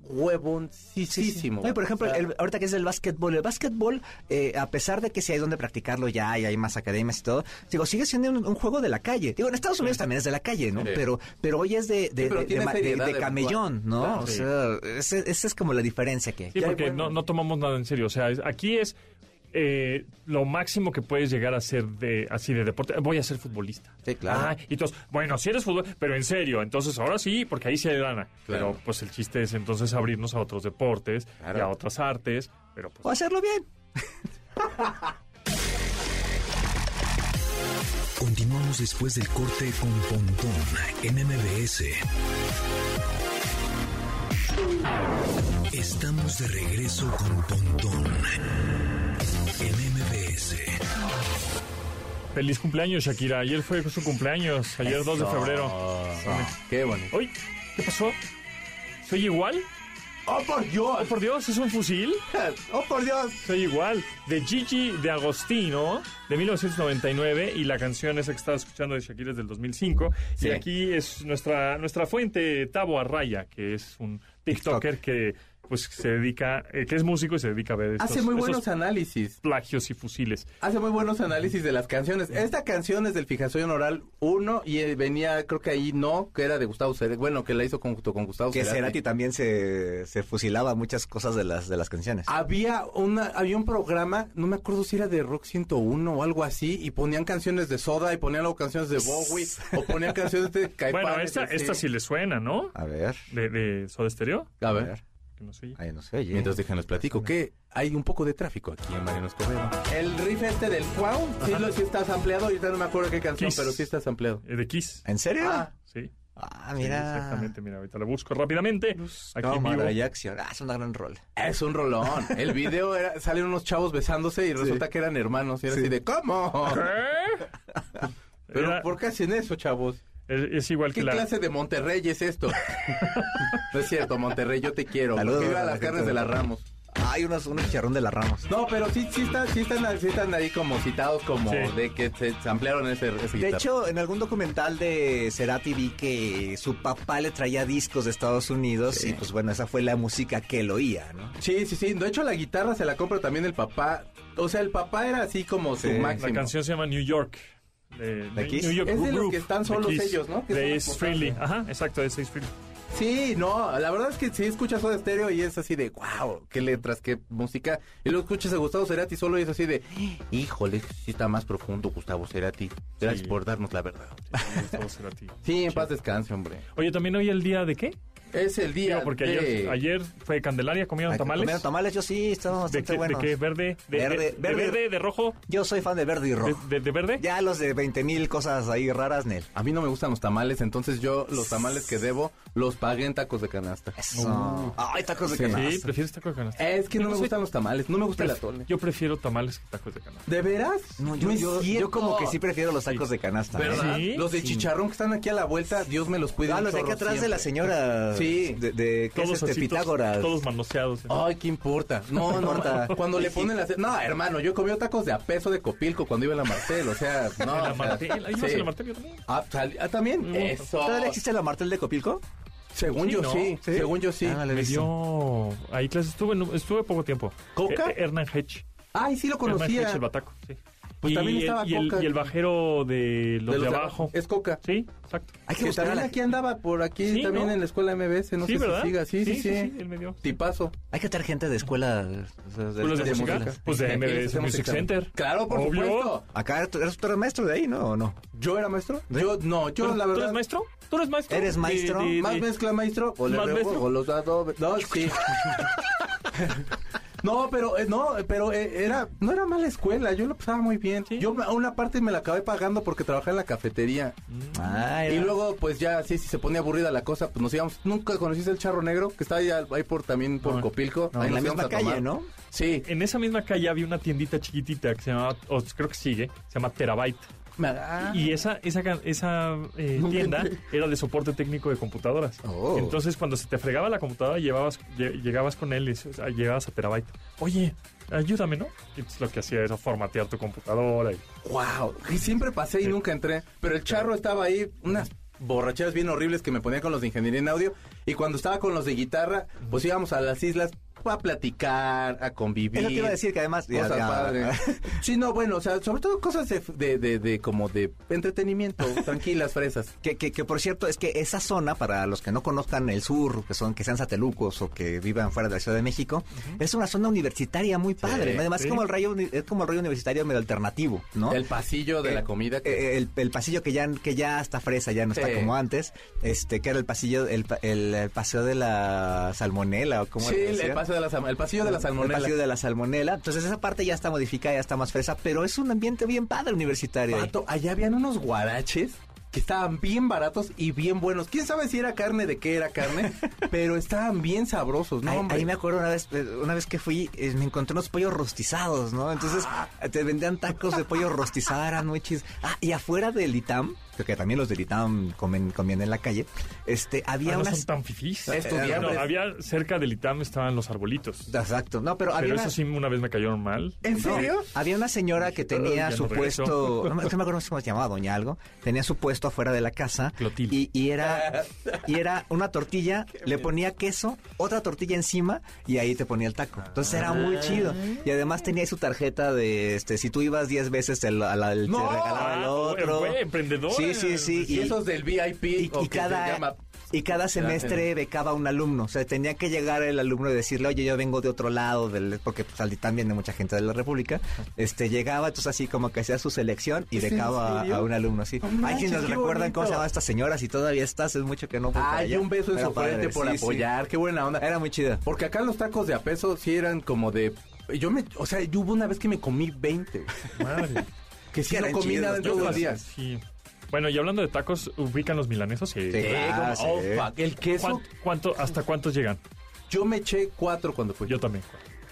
[SPEAKER 3] huevoncísimo.
[SPEAKER 4] No, y por ejemplo,
[SPEAKER 3] O sea,
[SPEAKER 4] el- ahorita que es el básquetbol, el básquetbol, eh, a pesar de que sí hay donde practicarlo ya y hay más academias y todo, digo, sigue siendo un, un juego de la calle. Digo, en Estados Unidos también es de la calle, ¿no?
[SPEAKER 3] Sí.
[SPEAKER 4] Pero, pero hoy es de, de,
[SPEAKER 3] Sí, pero
[SPEAKER 4] de-
[SPEAKER 3] tiene
[SPEAKER 4] de ma- de-
[SPEAKER 3] seriedad
[SPEAKER 4] de
[SPEAKER 3] de
[SPEAKER 4] camellón, ¿no?
[SPEAKER 2] Claro,
[SPEAKER 4] o
[SPEAKER 2] sí.
[SPEAKER 4] sea, ese- esa es como la diferencia que hay.
[SPEAKER 2] Sí,
[SPEAKER 3] Ya hay
[SPEAKER 2] porque
[SPEAKER 3] buenos.
[SPEAKER 2] no, no tomamos nada en serio. O sea, es- aquí es eh, lo máximo que puedes llegar a ser de, así de deporte. Voy a ser futbolista.
[SPEAKER 3] Sí, claro.
[SPEAKER 2] Ah, y entonces, bueno, si eres fútbol, pero en serio, entonces ahora sí, porque ahí se gana.
[SPEAKER 3] Claro.
[SPEAKER 2] Pero pues el chiste es entonces abrirnos a otros deportes
[SPEAKER 3] Claro.
[SPEAKER 2] y a otras artes. Pero
[SPEAKER 4] O
[SPEAKER 2] pues,
[SPEAKER 4] hacerlo bien.
[SPEAKER 1] Continuamos después del corte con Pontón en MBS. Estamos de regreso con Pontón en MBS.
[SPEAKER 2] feliz cumpleaños, Shakira. Ayer fue su cumpleaños, ayer 2 de febrero.
[SPEAKER 3] ah, Qué bonito.
[SPEAKER 2] Hoy, ¿qué pasó? ¿Soy igual?
[SPEAKER 3] ¡Oh, por
[SPEAKER 2] Oh,
[SPEAKER 3] Dios!
[SPEAKER 2] por Dios, ¿es un fusil?
[SPEAKER 3] ¡Oh, por Dios!
[SPEAKER 2] Soy igual, de Gigi de Agostino, de 1999, y la canción esa que estaba escuchando de Shakira es del 2005. Y aquí es nuestra, nuestra fuente, Tabo Arraya, que es un TikToker que pues se dedica, eh, que es músico y se dedica a ver estos,
[SPEAKER 3] Hace muy
[SPEAKER 2] esos
[SPEAKER 3] buenos análisis.
[SPEAKER 2] plagios y fusiles.
[SPEAKER 3] Hace muy buenos análisis de las canciones. Esta canción es del Fijación Oral 1 y eh, venía, creo que ahí no, que era de Gustavo Cerati. Bueno, que la hizo con- junto con Gustavo
[SPEAKER 4] Que
[SPEAKER 3] Cerati.
[SPEAKER 4] Cerati también se, se fusilaba muchas cosas de las, de las canciones.
[SPEAKER 3] Ah. Había, una, había un programa, no me acuerdo si era de Rock 101 o algo así, y ponían canciones de Soda, y ponían luego canciones de Bowie, o ponían canciones de este. Caipanes.
[SPEAKER 2] Bueno, esta,
[SPEAKER 3] así.
[SPEAKER 2] esta sí le suena, ¿no?
[SPEAKER 4] A ver,
[SPEAKER 2] De, de Soda Stereo.
[SPEAKER 3] A ver,
[SPEAKER 2] Que no sé.
[SPEAKER 4] ahí no se oye.
[SPEAKER 3] mientras déjenles platico que hay un poco de tráfico aquí en Mariano Escobedo. El riff este del Wow, sí, lo, sí está ampliado, ahorita no me acuerdo qué canción,
[SPEAKER 2] Kiss.
[SPEAKER 3] pero sí está ampliado.
[SPEAKER 2] Eh, De Kiss,
[SPEAKER 4] ¿En serio?
[SPEAKER 3] Ah.
[SPEAKER 4] Ah,
[SPEAKER 2] sí.
[SPEAKER 4] mira.
[SPEAKER 2] Exactamente, mira, ahorita la busco rápidamente. Aquí en
[SPEAKER 4] Cámara
[SPEAKER 2] vivo.
[SPEAKER 4] y acción. Ah, es una gran rol.
[SPEAKER 3] Es un rolón. El video era, salen unos chavos besándose y resulta que eran hermanos. Y era así de, ¿cómo?
[SPEAKER 2] ¿Qué?
[SPEAKER 3] ¿Pero
[SPEAKER 2] Era-
[SPEAKER 3] por qué hacen eso, chavos?
[SPEAKER 2] es, es igual
[SPEAKER 3] ¿Qué
[SPEAKER 2] que la...
[SPEAKER 3] clase de Monterrey es esto? no es cierto, Monterrey, yo te quiero.
[SPEAKER 4] Saludos
[SPEAKER 3] Porque iba a
[SPEAKER 4] a la
[SPEAKER 3] las
[SPEAKER 4] gente
[SPEAKER 3] carnes de
[SPEAKER 4] de
[SPEAKER 3] las
[SPEAKER 4] Monterrey.
[SPEAKER 3] Ramos.
[SPEAKER 4] Hay unos, unos chicharrón de las Ramos.
[SPEAKER 3] No, pero sí, sí, están, sí, están, sí están ahí como citados como
[SPEAKER 2] Sí.
[SPEAKER 3] de que se ampliaron ese, ese
[SPEAKER 4] De
[SPEAKER 3] guitarra.
[SPEAKER 4] hecho, en algún documental de Cerati vi que su papá le traía discos de Estados Unidos y pues bueno, esa fue la música que él oía, ¿no?
[SPEAKER 3] Sí, sí, sí. De hecho, la guitarra se la compra también el papá. O sea, el papá era así como
[SPEAKER 4] Sí,
[SPEAKER 3] su
[SPEAKER 4] la
[SPEAKER 2] Ah, La
[SPEAKER 3] máximo.
[SPEAKER 2] canción se llama New York. De,
[SPEAKER 4] ¿De Kiss?
[SPEAKER 2] New York
[SPEAKER 3] Es de los
[SPEAKER 2] Group,
[SPEAKER 3] que están
[SPEAKER 2] de
[SPEAKER 3] solos
[SPEAKER 2] Kiss,
[SPEAKER 3] ellos, ¿no? Que son
[SPEAKER 2] De
[SPEAKER 3] los
[SPEAKER 2] Ace Frehley.
[SPEAKER 3] vocales.
[SPEAKER 2] Ajá, exacto, de Ace Frehley.
[SPEAKER 3] Sí, no, la verdad es que si escuchas Soda Stereo y es así de, wow, qué letras, qué música. Y luego escuchas a Gustavo Cerati solo y es así de, híjole, sí está más profundo Gustavo Cerati. Gracias
[SPEAKER 2] Sí.
[SPEAKER 3] por darnos la verdad.
[SPEAKER 2] Sí, me gustó Cerati.
[SPEAKER 3] Sí, en paz descanse, hombre.
[SPEAKER 2] Oye, también hoy el día de qué?
[SPEAKER 3] Es el día
[SPEAKER 2] Digo, porque
[SPEAKER 3] de...
[SPEAKER 2] ayer, ayer fue Candelaria, comieron
[SPEAKER 4] Ay,
[SPEAKER 2] tamales.
[SPEAKER 4] comieron tamales, yo sí, estamos
[SPEAKER 2] ¿De
[SPEAKER 4] bastante
[SPEAKER 2] qué,
[SPEAKER 4] buenos.
[SPEAKER 2] ¿De qué? ¿Verde? ¿De
[SPEAKER 4] Verde,
[SPEAKER 2] de- de
[SPEAKER 4] verde.
[SPEAKER 2] verde, de rojo?
[SPEAKER 4] Yo soy fan de verde y
[SPEAKER 2] ¿De,
[SPEAKER 4] rojo.
[SPEAKER 2] de- de verde?
[SPEAKER 4] Ya los de 20 mil cosas ahí raras, Nel.
[SPEAKER 3] A mí no me gustan los tamales, entonces yo los tamales que debo los pagué en tacos de canasta.
[SPEAKER 4] Eso. Ay, tacos de
[SPEAKER 3] Sí.
[SPEAKER 4] canasta.
[SPEAKER 2] Uh. Sí, prefieres tacos de canasta.
[SPEAKER 3] Es que
[SPEAKER 2] Yo
[SPEAKER 3] no me
[SPEAKER 2] soy-
[SPEAKER 3] gustan los tamales, no me gusta el atole.
[SPEAKER 2] Yo prefiero tamales que tacos de canasta.
[SPEAKER 3] ¿De veras?
[SPEAKER 4] No, yo,
[SPEAKER 3] es
[SPEAKER 4] yo, yo
[SPEAKER 3] cierto.
[SPEAKER 4] como que sí prefiero los tacos de canasta. ¿eh?
[SPEAKER 3] ¿Verdad?
[SPEAKER 2] ¿Sí?
[SPEAKER 3] Los de chicharrón que están aquí a la vuelta, Dios me los cuide.
[SPEAKER 4] Ah,
[SPEAKER 3] un
[SPEAKER 4] los de aquí
[SPEAKER 3] chorro
[SPEAKER 4] atrás de la
[SPEAKER 3] siempre.
[SPEAKER 4] señora.
[SPEAKER 3] Sí.
[SPEAKER 4] De, de- ¿Qué es este?
[SPEAKER 2] ositos,
[SPEAKER 4] Pitágoras.
[SPEAKER 2] Todos manoseados. ¿eh?
[SPEAKER 3] Ay, ¿qué importa? No, no,
[SPEAKER 4] importa.
[SPEAKER 3] no. Cuando le ponen las... No, hermano, yo comí tacos de a peso de Copilco cuando iba a la Martel, o sea, no.
[SPEAKER 2] En la
[SPEAKER 3] o sea,
[SPEAKER 2] Martel. Ahí más
[SPEAKER 3] sí.
[SPEAKER 2] en la Martel yo también.
[SPEAKER 3] Ah, sal- ah, también.
[SPEAKER 2] Muy bueno.
[SPEAKER 3] Eso.
[SPEAKER 4] ¿Todavía existe la martel de Copilco?
[SPEAKER 3] Según
[SPEAKER 2] Sí,
[SPEAKER 3] yo
[SPEAKER 2] ¿no?
[SPEAKER 3] sí,
[SPEAKER 4] Sí.
[SPEAKER 3] según yo sí.
[SPEAKER 4] Ah, vale.
[SPEAKER 2] Me
[SPEAKER 4] Listo.
[SPEAKER 2] dio ahí clases. Estuve, no- estuve poco tiempo.
[SPEAKER 3] ¿Coca?
[SPEAKER 2] Eh, eh, Hernán Hedge.
[SPEAKER 3] Ay, sí lo
[SPEAKER 2] Hernán
[SPEAKER 3] conocía.
[SPEAKER 2] Hedge, el bataco. Sí.
[SPEAKER 3] Pues
[SPEAKER 2] y
[SPEAKER 3] también
[SPEAKER 2] el,
[SPEAKER 3] estaba
[SPEAKER 2] y el,
[SPEAKER 3] Coca.
[SPEAKER 2] y el bajero de los de,
[SPEAKER 3] los de
[SPEAKER 2] abajo.
[SPEAKER 3] Es Coca.
[SPEAKER 2] Sí, exacto.
[SPEAKER 4] Hay que
[SPEAKER 3] que
[SPEAKER 4] buscar a
[SPEAKER 3] también
[SPEAKER 4] la-
[SPEAKER 3] aquí andaba por aquí
[SPEAKER 2] Sí,
[SPEAKER 3] también
[SPEAKER 2] ¿no?
[SPEAKER 3] en la escuela MBS, no
[SPEAKER 2] sí,
[SPEAKER 3] sé
[SPEAKER 2] ¿verdad?
[SPEAKER 3] si siga. Sí, sí, sí.
[SPEAKER 2] él me dio.
[SPEAKER 3] Tipazo.
[SPEAKER 4] Hay que traer gente de escuela. de- de-
[SPEAKER 2] ¿Tú los de
[SPEAKER 4] de-
[SPEAKER 2] música?
[SPEAKER 4] música.
[SPEAKER 2] Pues de
[SPEAKER 3] Aquí les
[SPEAKER 2] MBS
[SPEAKER 3] hacemos
[SPEAKER 2] Music
[SPEAKER 3] examen.
[SPEAKER 2] Center.
[SPEAKER 3] Claro, por
[SPEAKER 2] Obvio.
[SPEAKER 3] supuesto.
[SPEAKER 4] Acá tú eres, tú eres maestro de ahí, ¿no? ¿O no?
[SPEAKER 3] ¿Yo era maestro? Yo, no, yo
[SPEAKER 2] ¿Tú,
[SPEAKER 3] la
[SPEAKER 2] tú
[SPEAKER 3] verdad.
[SPEAKER 2] eres maestro? ¿Tú eres maestro?
[SPEAKER 4] ¿Eres
[SPEAKER 2] De-
[SPEAKER 4] maestro?
[SPEAKER 2] de- de-
[SPEAKER 3] ¿Más mezcla, maestro? ¿O le
[SPEAKER 2] ¿Más
[SPEAKER 3] revuelvo
[SPEAKER 2] maestro?
[SPEAKER 3] los adobes? No, sí. No, pero eh, no, pero eh, era no era mala escuela, yo lo pasaba muy bien.
[SPEAKER 2] Sí.
[SPEAKER 3] Yo a una parte me la acabé pagando porque trabajaba en la cafetería.
[SPEAKER 4] Ay,
[SPEAKER 3] Y luego, pues ya, sí, si se ponía aburrida la cosa, pues nos íbamos. Nunca conociste el charro negro, que está ahí, al- ahí por también por
[SPEAKER 2] No.
[SPEAKER 3] Copilco.
[SPEAKER 4] no,
[SPEAKER 3] ahí
[SPEAKER 4] en la
[SPEAKER 3] nos íbamos
[SPEAKER 4] misma
[SPEAKER 3] a tomar.
[SPEAKER 4] calle, ¿no?
[SPEAKER 3] Sí.
[SPEAKER 2] En esa misma calle había una tiendita chiquitita que se llamaba, o creo que sigue, se llama Terabyte.
[SPEAKER 3] Me- ah,
[SPEAKER 2] Y esa, esa, ca- esa eh,
[SPEAKER 3] Nunca
[SPEAKER 2] tienda
[SPEAKER 3] entré.
[SPEAKER 2] era de soporte técnico de computadoras.
[SPEAKER 4] Oh.
[SPEAKER 2] Entonces, cuando se te fregaba la computadora, llevabas, lle- llegabas con él y se- o sea, llegabas a Terabyte. Oye, ayúdame, ¿no? Y pues lo que hacía era formatear tu computadora. y-
[SPEAKER 3] wow. Y siempre pasé y
[SPEAKER 2] Sí.
[SPEAKER 3] nunca entré. Pero el charro estaba ahí, unas borracheras bien horribles que me ponía con los de ingeniería en audio. Y cuando estaba con los de guitarra, pues íbamos a las islas a platicar, a convivir.
[SPEAKER 4] Es lo que iba a decir, que además...
[SPEAKER 3] Cosas
[SPEAKER 4] Ya, ya.
[SPEAKER 3] padres. Sí, no, bueno, o sea, sobre todo cosas de, de, de, de como de entretenimiento, tranquilas, fresas.
[SPEAKER 4] Que, que, que, por cierto, es que esa zona, para los que no conozcan el sur, que son que sean satelucos o que vivan fuera de la Ciudad de México, es una zona universitaria muy padre.
[SPEAKER 3] Sí,
[SPEAKER 4] Además,
[SPEAKER 2] sí.
[SPEAKER 4] es como el rayo uni- es como el rayo universitario medio alternativo, ¿no?
[SPEAKER 3] El pasillo de
[SPEAKER 4] Eh,
[SPEAKER 3] la comida. que-
[SPEAKER 4] eh, el, el pasillo que ya, que ya está fresa, ya no
[SPEAKER 3] Sí.
[SPEAKER 4] está como antes, este que era el pasillo, el, pa- el, el paseo de la salmonela o como
[SPEAKER 3] Sí, el, el paseo de la, sal- el pasillo de la salmonela.
[SPEAKER 4] El pasillo de la salmonela. Entonces esa parte ya está modificada, ya está más fresa, pero es un ambiente bien padre universitario. ahí.
[SPEAKER 3] Pato, allá habían unos guaraches que estaban bien baratos y bien buenos. ¿Quién sabe si era carne de qué era carne? pero estaban bien sabrosos, ¿no?
[SPEAKER 4] Ahí-
[SPEAKER 3] hombre?
[SPEAKER 4] ahí me acuerdo una vez, eh, una vez que fui, eh, me encontré unos pollos rostizados, ¿no? Entonces te vendían tacos de pollo rostizado, eran muy chis. Ah, y afuera del ITAM, que también los del ITAM comen, comían en la calle, este, había
[SPEAKER 2] Ah, no
[SPEAKER 4] unas.
[SPEAKER 2] son tan fifís.
[SPEAKER 3] Estudiantes.
[SPEAKER 2] No, había cerca del ITAM estaban los arbolitos.
[SPEAKER 4] Exacto, no, pero había
[SPEAKER 2] Pero
[SPEAKER 4] unas-
[SPEAKER 2] eso sí, una vez me cayeron mal.
[SPEAKER 3] ¿En
[SPEAKER 4] No,
[SPEAKER 3] serio?
[SPEAKER 4] había una señora que tenía
[SPEAKER 2] Ya
[SPEAKER 4] su
[SPEAKER 2] no regresó.
[SPEAKER 4] puesto, no, me- no me acuerdo cómo se llamaba, doña algo, tenía su puesto afuera de la casa
[SPEAKER 2] Clotilde.
[SPEAKER 4] y, y era y era una tortilla, le ponía queso, otra tortilla encima y ahí te ponía el taco. Entonces era
[SPEAKER 3] Ah.
[SPEAKER 4] muy chido y además tenía ahí su tarjeta de este si tú ibas 10 veces te, la- la- te
[SPEAKER 3] ¡No!
[SPEAKER 4] regalaba el
[SPEAKER 2] Ah,
[SPEAKER 4] otro.
[SPEAKER 2] fue emprendedora.
[SPEAKER 4] Sí, sí, sí.
[SPEAKER 3] Y, esos del VIP
[SPEAKER 4] y-
[SPEAKER 3] o
[SPEAKER 4] y
[SPEAKER 3] que se
[SPEAKER 4] cada
[SPEAKER 3] llama-
[SPEAKER 4] y cada semestre becaba a un alumno, o sea, tenía que llegar el alumno y decirle, oye, yo vengo de otro lado, del, porque pues, al también viene mucha gente de la República. Este llegaba, entonces así como que hacía su selección y
[SPEAKER 3] ¿Es en
[SPEAKER 4] becaba a,
[SPEAKER 3] serio?
[SPEAKER 4] a un alumno así.
[SPEAKER 3] No
[SPEAKER 4] Ay, si
[SPEAKER 3] manches,
[SPEAKER 4] nos
[SPEAKER 3] qué
[SPEAKER 4] recuerdan cómo se
[SPEAKER 3] bonito.
[SPEAKER 4] llamaban estas señoras, si todavía estás, es mucho que no. voy para
[SPEAKER 3] Ay,
[SPEAKER 4] allá.
[SPEAKER 3] un beso en
[SPEAKER 4] Era
[SPEAKER 3] su
[SPEAKER 4] padre,
[SPEAKER 3] frente por
[SPEAKER 4] sí, sí.
[SPEAKER 3] apoyar. Qué buena onda.
[SPEAKER 4] Era muy chida.
[SPEAKER 3] Porque acá los tacos de a peso sí eran como de... Yo me... O sea, yo hubo una vez que me comí 20.
[SPEAKER 2] Madre.
[SPEAKER 3] Que sí
[SPEAKER 4] Que
[SPEAKER 3] no
[SPEAKER 4] eran
[SPEAKER 3] comí
[SPEAKER 4] chidos
[SPEAKER 3] nada en
[SPEAKER 4] los
[SPEAKER 3] todo el
[SPEAKER 4] tacos.
[SPEAKER 3] día.
[SPEAKER 2] Sí. Bueno, y hablando de tacos, ¿ubican los milanesos? Sí.
[SPEAKER 4] Sí.
[SPEAKER 3] Eh, como-
[SPEAKER 4] Ah, sí.
[SPEAKER 3] oh, fuck, El queso,
[SPEAKER 2] ¿Cuán- cuánto, ¿Hasta cuántos llegan?
[SPEAKER 3] yo me eché cuatro cuando fui.
[SPEAKER 2] Yo también.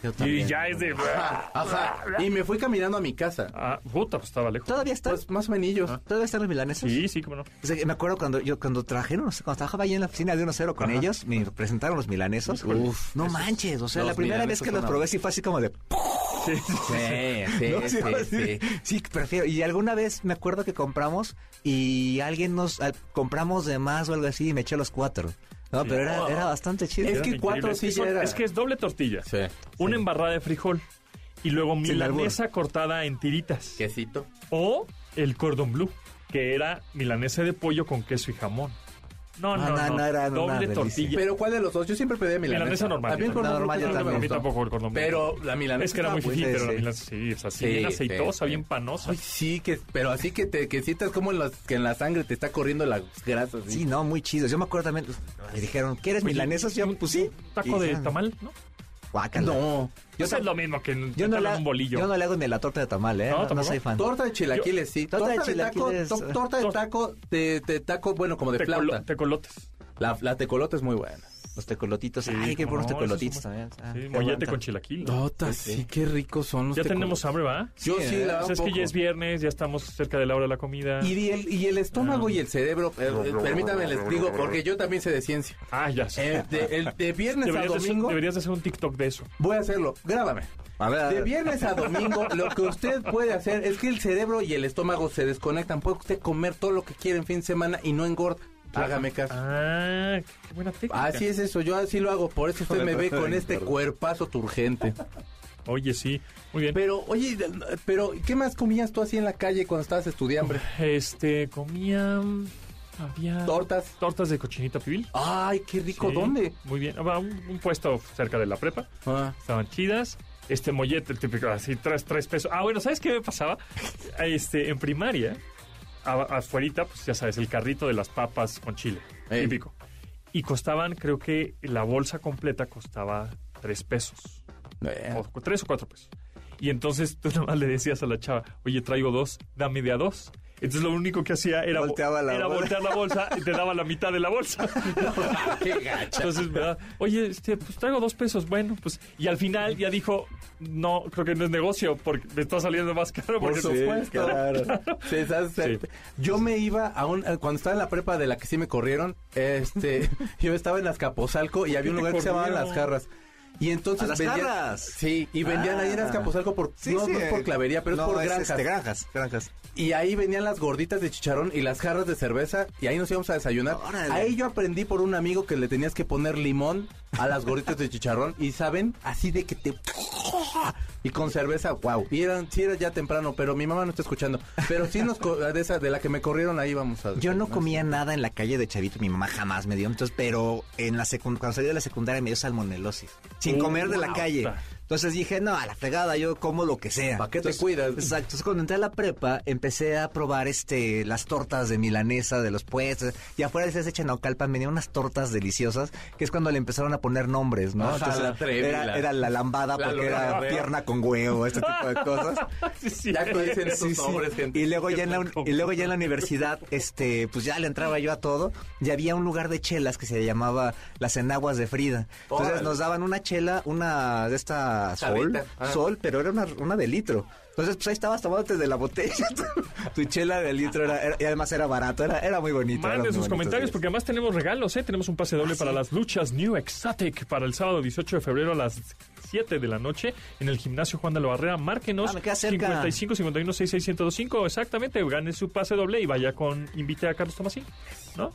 [SPEAKER 4] Yo
[SPEAKER 2] Y
[SPEAKER 4] también.
[SPEAKER 2] ya es de...
[SPEAKER 3] Ajá, ajá. Y me fui caminando a mi casa.
[SPEAKER 2] Ah, puta, pues estaba lejos.
[SPEAKER 4] Todavía están,
[SPEAKER 3] Pues más o menos.
[SPEAKER 2] Ah,
[SPEAKER 4] todavía están los milanesos.
[SPEAKER 2] Sí, sí, cómo no.
[SPEAKER 4] O sea, me acuerdo cuando yo cuando trajeron, o sea, cuando trabajaba ahí en la oficina de 1-0 con
[SPEAKER 2] Ajá.
[SPEAKER 4] ellos, me presentaron los milanesos.
[SPEAKER 2] Híjole.
[SPEAKER 4] Uf, no manches, o sea,
[SPEAKER 3] los
[SPEAKER 4] la primera vez
[SPEAKER 3] milanesos
[SPEAKER 4] que
[SPEAKER 3] son
[SPEAKER 4] los
[SPEAKER 3] una-
[SPEAKER 4] probé sí fue así como de
[SPEAKER 2] Sí.
[SPEAKER 3] Sí, sí,
[SPEAKER 4] ¿no?
[SPEAKER 3] sí, sí.
[SPEAKER 4] sí, sí, prefiero. Y alguna vez me acuerdo que compramos y alguien nos al- compramos de más o algo así y me eché los cuatro. No,
[SPEAKER 2] Sí.
[SPEAKER 4] pero era, era bastante chido.
[SPEAKER 3] Es que
[SPEAKER 2] Eran
[SPEAKER 3] cuatro
[SPEAKER 2] increíbles.
[SPEAKER 3] sí
[SPEAKER 2] Es que son-
[SPEAKER 3] ya era.
[SPEAKER 2] Es que es doble tortilla.
[SPEAKER 3] Sí.
[SPEAKER 2] Una embarrada de frijol. Y luego
[SPEAKER 4] Sin albur.
[SPEAKER 2] milanesa cortada en tiritas.
[SPEAKER 3] Quesito.
[SPEAKER 2] O el cordon bleu, que era milanesa de pollo con queso y jamón. No, no,
[SPEAKER 4] Ah,
[SPEAKER 2] no.
[SPEAKER 4] No, no, no, era una
[SPEAKER 2] doble
[SPEAKER 4] delicia.
[SPEAKER 2] tortilla.
[SPEAKER 3] Pero ¿cuál de los dos? Yo siempre pedía milanesa.
[SPEAKER 2] Milanesa normal.
[SPEAKER 3] A mí el cordón
[SPEAKER 4] La normal
[SPEAKER 3] blue
[SPEAKER 4] yo
[SPEAKER 2] A
[SPEAKER 3] nunca me
[SPEAKER 2] mí
[SPEAKER 4] también.
[SPEAKER 3] gustó.
[SPEAKER 2] tampoco el cordón bleu.
[SPEAKER 3] Pero la milanesa pues,
[SPEAKER 2] Es que era muy
[SPEAKER 3] estaba
[SPEAKER 2] difícil,
[SPEAKER 3] buena.
[SPEAKER 2] pero la
[SPEAKER 4] sí.
[SPEAKER 2] milanesa sí, es así,
[SPEAKER 3] Sí,
[SPEAKER 2] bien aceitosa,
[SPEAKER 3] sí,
[SPEAKER 2] bien
[SPEAKER 3] sí.
[SPEAKER 2] panosa.
[SPEAKER 3] Ay, sí, que, pero así que te que sientas como en las, que en la sangre te está corriendo las grasas.
[SPEAKER 4] Sí, no, muy chido. Yo me acuerdo también, me dijeron, ¿quieres milanesas? Yo, pues sí.
[SPEAKER 2] Taco
[SPEAKER 4] Y-
[SPEAKER 2] de tamal, ¿no?
[SPEAKER 4] Guácala.
[SPEAKER 3] No.
[SPEAKER 2] Yo
[SPEAKER 3] Yo
[SPEAKER 2] Pues es lo mismo que
[SPEAKER 4] Yo no,
[SPEAKER 2] entablar
[SPEAKER 4] la,
[SPEAKER 2] un bolillo.
[SPEAKER 4] yo no le hago ni la torta de tamal, ¿eh?
[SPEAKER 2] No,
[SPEAKER 4] No, no
[SPEAKER 2] tampoco.
[SPEAKER 4] soy fan.
[SPEAKER 3] Torta de chilaquiles, sí.
[SPEAKER 4] Torta
[SPEAKER 3] Torta,
[SPEAKER 4] de
[SPEAKER 3] de, taco,
[SPEAKER 4] chilaquiles,
[SPEAKER 3] to-
[SPEAKER 4] ah.
[SPEAKER 3] torta de
[SPEAKER 2] Tor-
[SPEAKER 3] taco, de, de taco, bueno, como de
[SPEAKER 2] Tecolo-
[SPEAKER 3] flauta.
[SPEAKER 2] tecolotes.
[SPEAKER 3] La, la tecolota es muy buena.
[SPEAKER 4] Los tecolotitos.
[SPEAKER 2] Sí,
[SPEAKER 4] Ay, qué
[SPEAKER 2] cómo
[SPEAKER 4] buenos
[SPEAKER 2] no,
[SPEAKER 4] tecolotitos
[SPEAKER 2] esos son-
[SPEAKER 4] también. Ah,
[SPEAKER 2] Sí,
[SPEAKER 4] qué
[SPEAKER 2] mollete
[SPEAKER 4] aguanta.
[SPEAKER 2] con chilaquil.
[SPEAKER 3] Torta,
[SPEAKER 4] sí.
[SPEAKER 3] qué ricos son los
[SPEAKER 2] ya tenemos hambre, ¿va?
[SPEAKER 3] Yo
[SPEAKER 4] Sí,
[SPEAKER 3] sí,
[SPEAKER 4] ¿eh?
[SPEAKER 3] la
[SPEAKER 2] Pues es que ya es viernes, ya estamos cerca de la hora de la comida.
[SPEAKER 3] Y, di- el, y el estómago y el cerebro, eh, eh, permítanme les digo, porque yo también sé de ciencia.
[SPEAKER 2] Ah, ya sé.
[SPEAKER 3] Eh, de, el- de viernes
[SPEAKER 2] Deberías
[SPEAKER 3] a
[SPEAKER 2] de, hacer,
[SPEAKER 3] domingo,
[SPEAKER 2] deberías de hacer un TikTok de eso.
[SPEAKER 3] voy a hacerlo, grábame.
[SPEAKER 4] A ver, a
[SPEAKER 3] De
[SPEAKER 4] ver.
[SPEAKER 3] viernes a domingo, lo que usted puede hacer es que el cerebro y el estómago se desconectan. Puede usted comer todo lo que quiera en fin de semana y no engorda. Hágame caso.
[SPEAKER 2] Ah, qué buena técnica.
[SPEAKER 3] Así es eso, yo así lo hago. Por eso usted
[SPEAKER 4] Con
[SPEAKER 3] me
[SPEAKER 4] el
[SPEAKER 3] ve
[SPEAKER 4] resto de
[SPEAKER 3] con este
[SPEAKER 4] engorda.
[SPEAKER 3] cuerpazo turgente.
[SPEAKER 2] Oye, sí. Muy bien.
[SPEAKER 3] Pero, oye, pero ¿qué más comías tú así en la calle cuando estabas estudiando?
[SPEAKER 2] Este, comía... Había...
[SPEAKER 3] Tortas.
[SPEAKER 2] tortas de cochinita pibil.
[SPEAKER 3] Ay, qué rico,
[SPEAKER 2] Sí,
[SPEAKER 3] ¿dónde?
[SPEAKER 2] Muy bien. Ah, Un, un puesto cerca de la prepa.
[SPEAKER 3] Ah,
[SPEAKER 2] Estaban chidas. Este mollete, el típico, así, tres, tres pesos. Ah, bueno, ¿sabes qué me pasaba? Este, en primaria, a- afuerita, pues ya sabes, el carrito de las papas con chile.
[SPEAKER 3] Ey.
[SPEAKER 2] Típico. Y costaban, creo que la bolsa completa costaba tres pesos.
[SPEAKER 3] bueno.
[SPEAKER 2] o cu- tres o cuatro pesos. Y entonces tú nomás le decías a la chava, oye, traigo dos, dame de a dos. Entonces lo único que hacía era, vo-
[SPEAKER 4] Volteaba la
[SPEAKER 2] era
[SPEAKER 4] bolsa.
[SPEAKER 2] voltear la bolsa y te daba la mitad de la bolsa.
[SPEAKER 3] qué gacha.
[SPEAKER 2] Entonces, ¿verdad? oye, este, pues traigo dos pesos, bueno, pues. Y al final ya dijo, no, creo que no es negocio, porque me está saliendo más caro.
[SPEAKER 3] Por
[SPEAKER 2] Porque
[SPEAKER 3] supuesto.
[SPEAKER 4] claro.
[SPEAKER 3] Sí, estás-
[SPEAKER 2] Sí.
[SPEAKER 3] Yo me iba a un. Cuando estaba en la prepa de la que sí me corrieron, este, yo estaba en Azcapotzalco y había un
[SPEAKER 2] te
[SPEAKER 3] lugar que se llamaba
[SPEAKER 2] corrieron?
[SPEAKER 3] Las Jarras. Y entonces
[SPEAKER 4] ¿A Las
[SPEAKER 3] vendían-
[SPEAKER 4] Jarras?
[SPEAKER 3] Sí, y vendían
[SPEAKER 4] Ah. eh,
[SPEAKER 3] ahí en Azcapotzalco por. no, no es por clavería, pero
[SPEAKER 4] No,
[SPEAKER 3] es por granjas.
[SPEAKER 4] este, granjas, granjas.
[SPEAKER 3] Y ahí venían las gorditas de chicharrón y las jarras de cerveza y ahí nos íbamos a desayunar.
[SPEAKER 4] Órale.
[SPEAKER 3] Ahí yo aprendí por un amigo que le tenías que poner limón a las gorditas de chicharrón y saben, así de que te... Y con cerveza, wow. Y eran, sí era ya temprano, pero mi mamá no está escuchando. Pero sí nos... co- De esa, de la que me corrieron ahí vamos a...
[SPEAKER 4] Yo no comía nada en la calle de chavito, mi mamá jamás me dio, entonces, pero en la secund- cuando salí de la secundaria me dio salmonelosis, sin
[SPEAKER 2] Uh,
[SPEAKER 3] Oh,
[SPEAKER 4] comer de la
[SPEAKER 2] wow.
[SPEAKER 4] calle. Entonces dije, no, a la fregada, yo como lo que sea.
[SPEAKER 3] ¿Para qué te
[SPEAKER 4] Entonces,
[SPEAKER 3] cuidas?
[SPEAKER 4] Exacto. Entonces, cuando entré a la prepa, empecé a probar este las tortas de milanesa, de los puestos. Y afuera de ese Chanaucalpan venían unas tortas deliciosas, que es cuando le empezaron a poner nombres, ¿no?
[SPEAKER 3] Ajá,
[SPEAKER 4] Entonces,
[SPEAKER 3] la Trevi, la-
[SPEAKER 4] era, era la lambada
[SPEAKER 3] la
[SPEAKER 4] porque era
[SPEAKER 3] lambada.
[SPEAKER 4] pierna con huevo, este tipo de cosas.
[SPEAKER 2] Sí, sí.
[SPEAKER 3] Ya que dicen esos
[SPEAKER 4] Sí, sí.
[SPEAKER 3] nombres, gente.
[SPEAKER 4] Y luego ya en la, uni- y luego ya en la universidad, este, pues ya le entraba yo a todo. Y había un lugar de chelas que se llamaba las enaguas de Frida. Entonces
[SPEAKER 3] Órale.
[SPEAKER 4] nos daban una chela, una de esta sol,
[SPEAKER 3] Chavita, ah.
[SPEAKER 4] sol, pero era una, una de litro. Entonces, pues ahí estabas tomándote de la botella. tu chela de litro era, era- y además era barato, era, era muy bonito. eran muy ¿Ah,
[SPEAKER 2] Manden sus
[SPEAKER 4] bonitos
[SPEAKER 2] comentarios
[SPEAKER 4] días.
[SPEAKER 2] porque además tenemos regalos, ¿eh? Tenemos un pase doble para las luchas New Exotic para el sábado 18 de febrero a las 7 de la noche en el gimnasio Juan de la Barrera. Márquenos
[SPEAKER 4] Ah, me queda cerca.
[SPEAKER 2] 55 51 66 1025. Exactamente, gane su pase doble y vaya con invite a Carlos Tomasín, ¿no?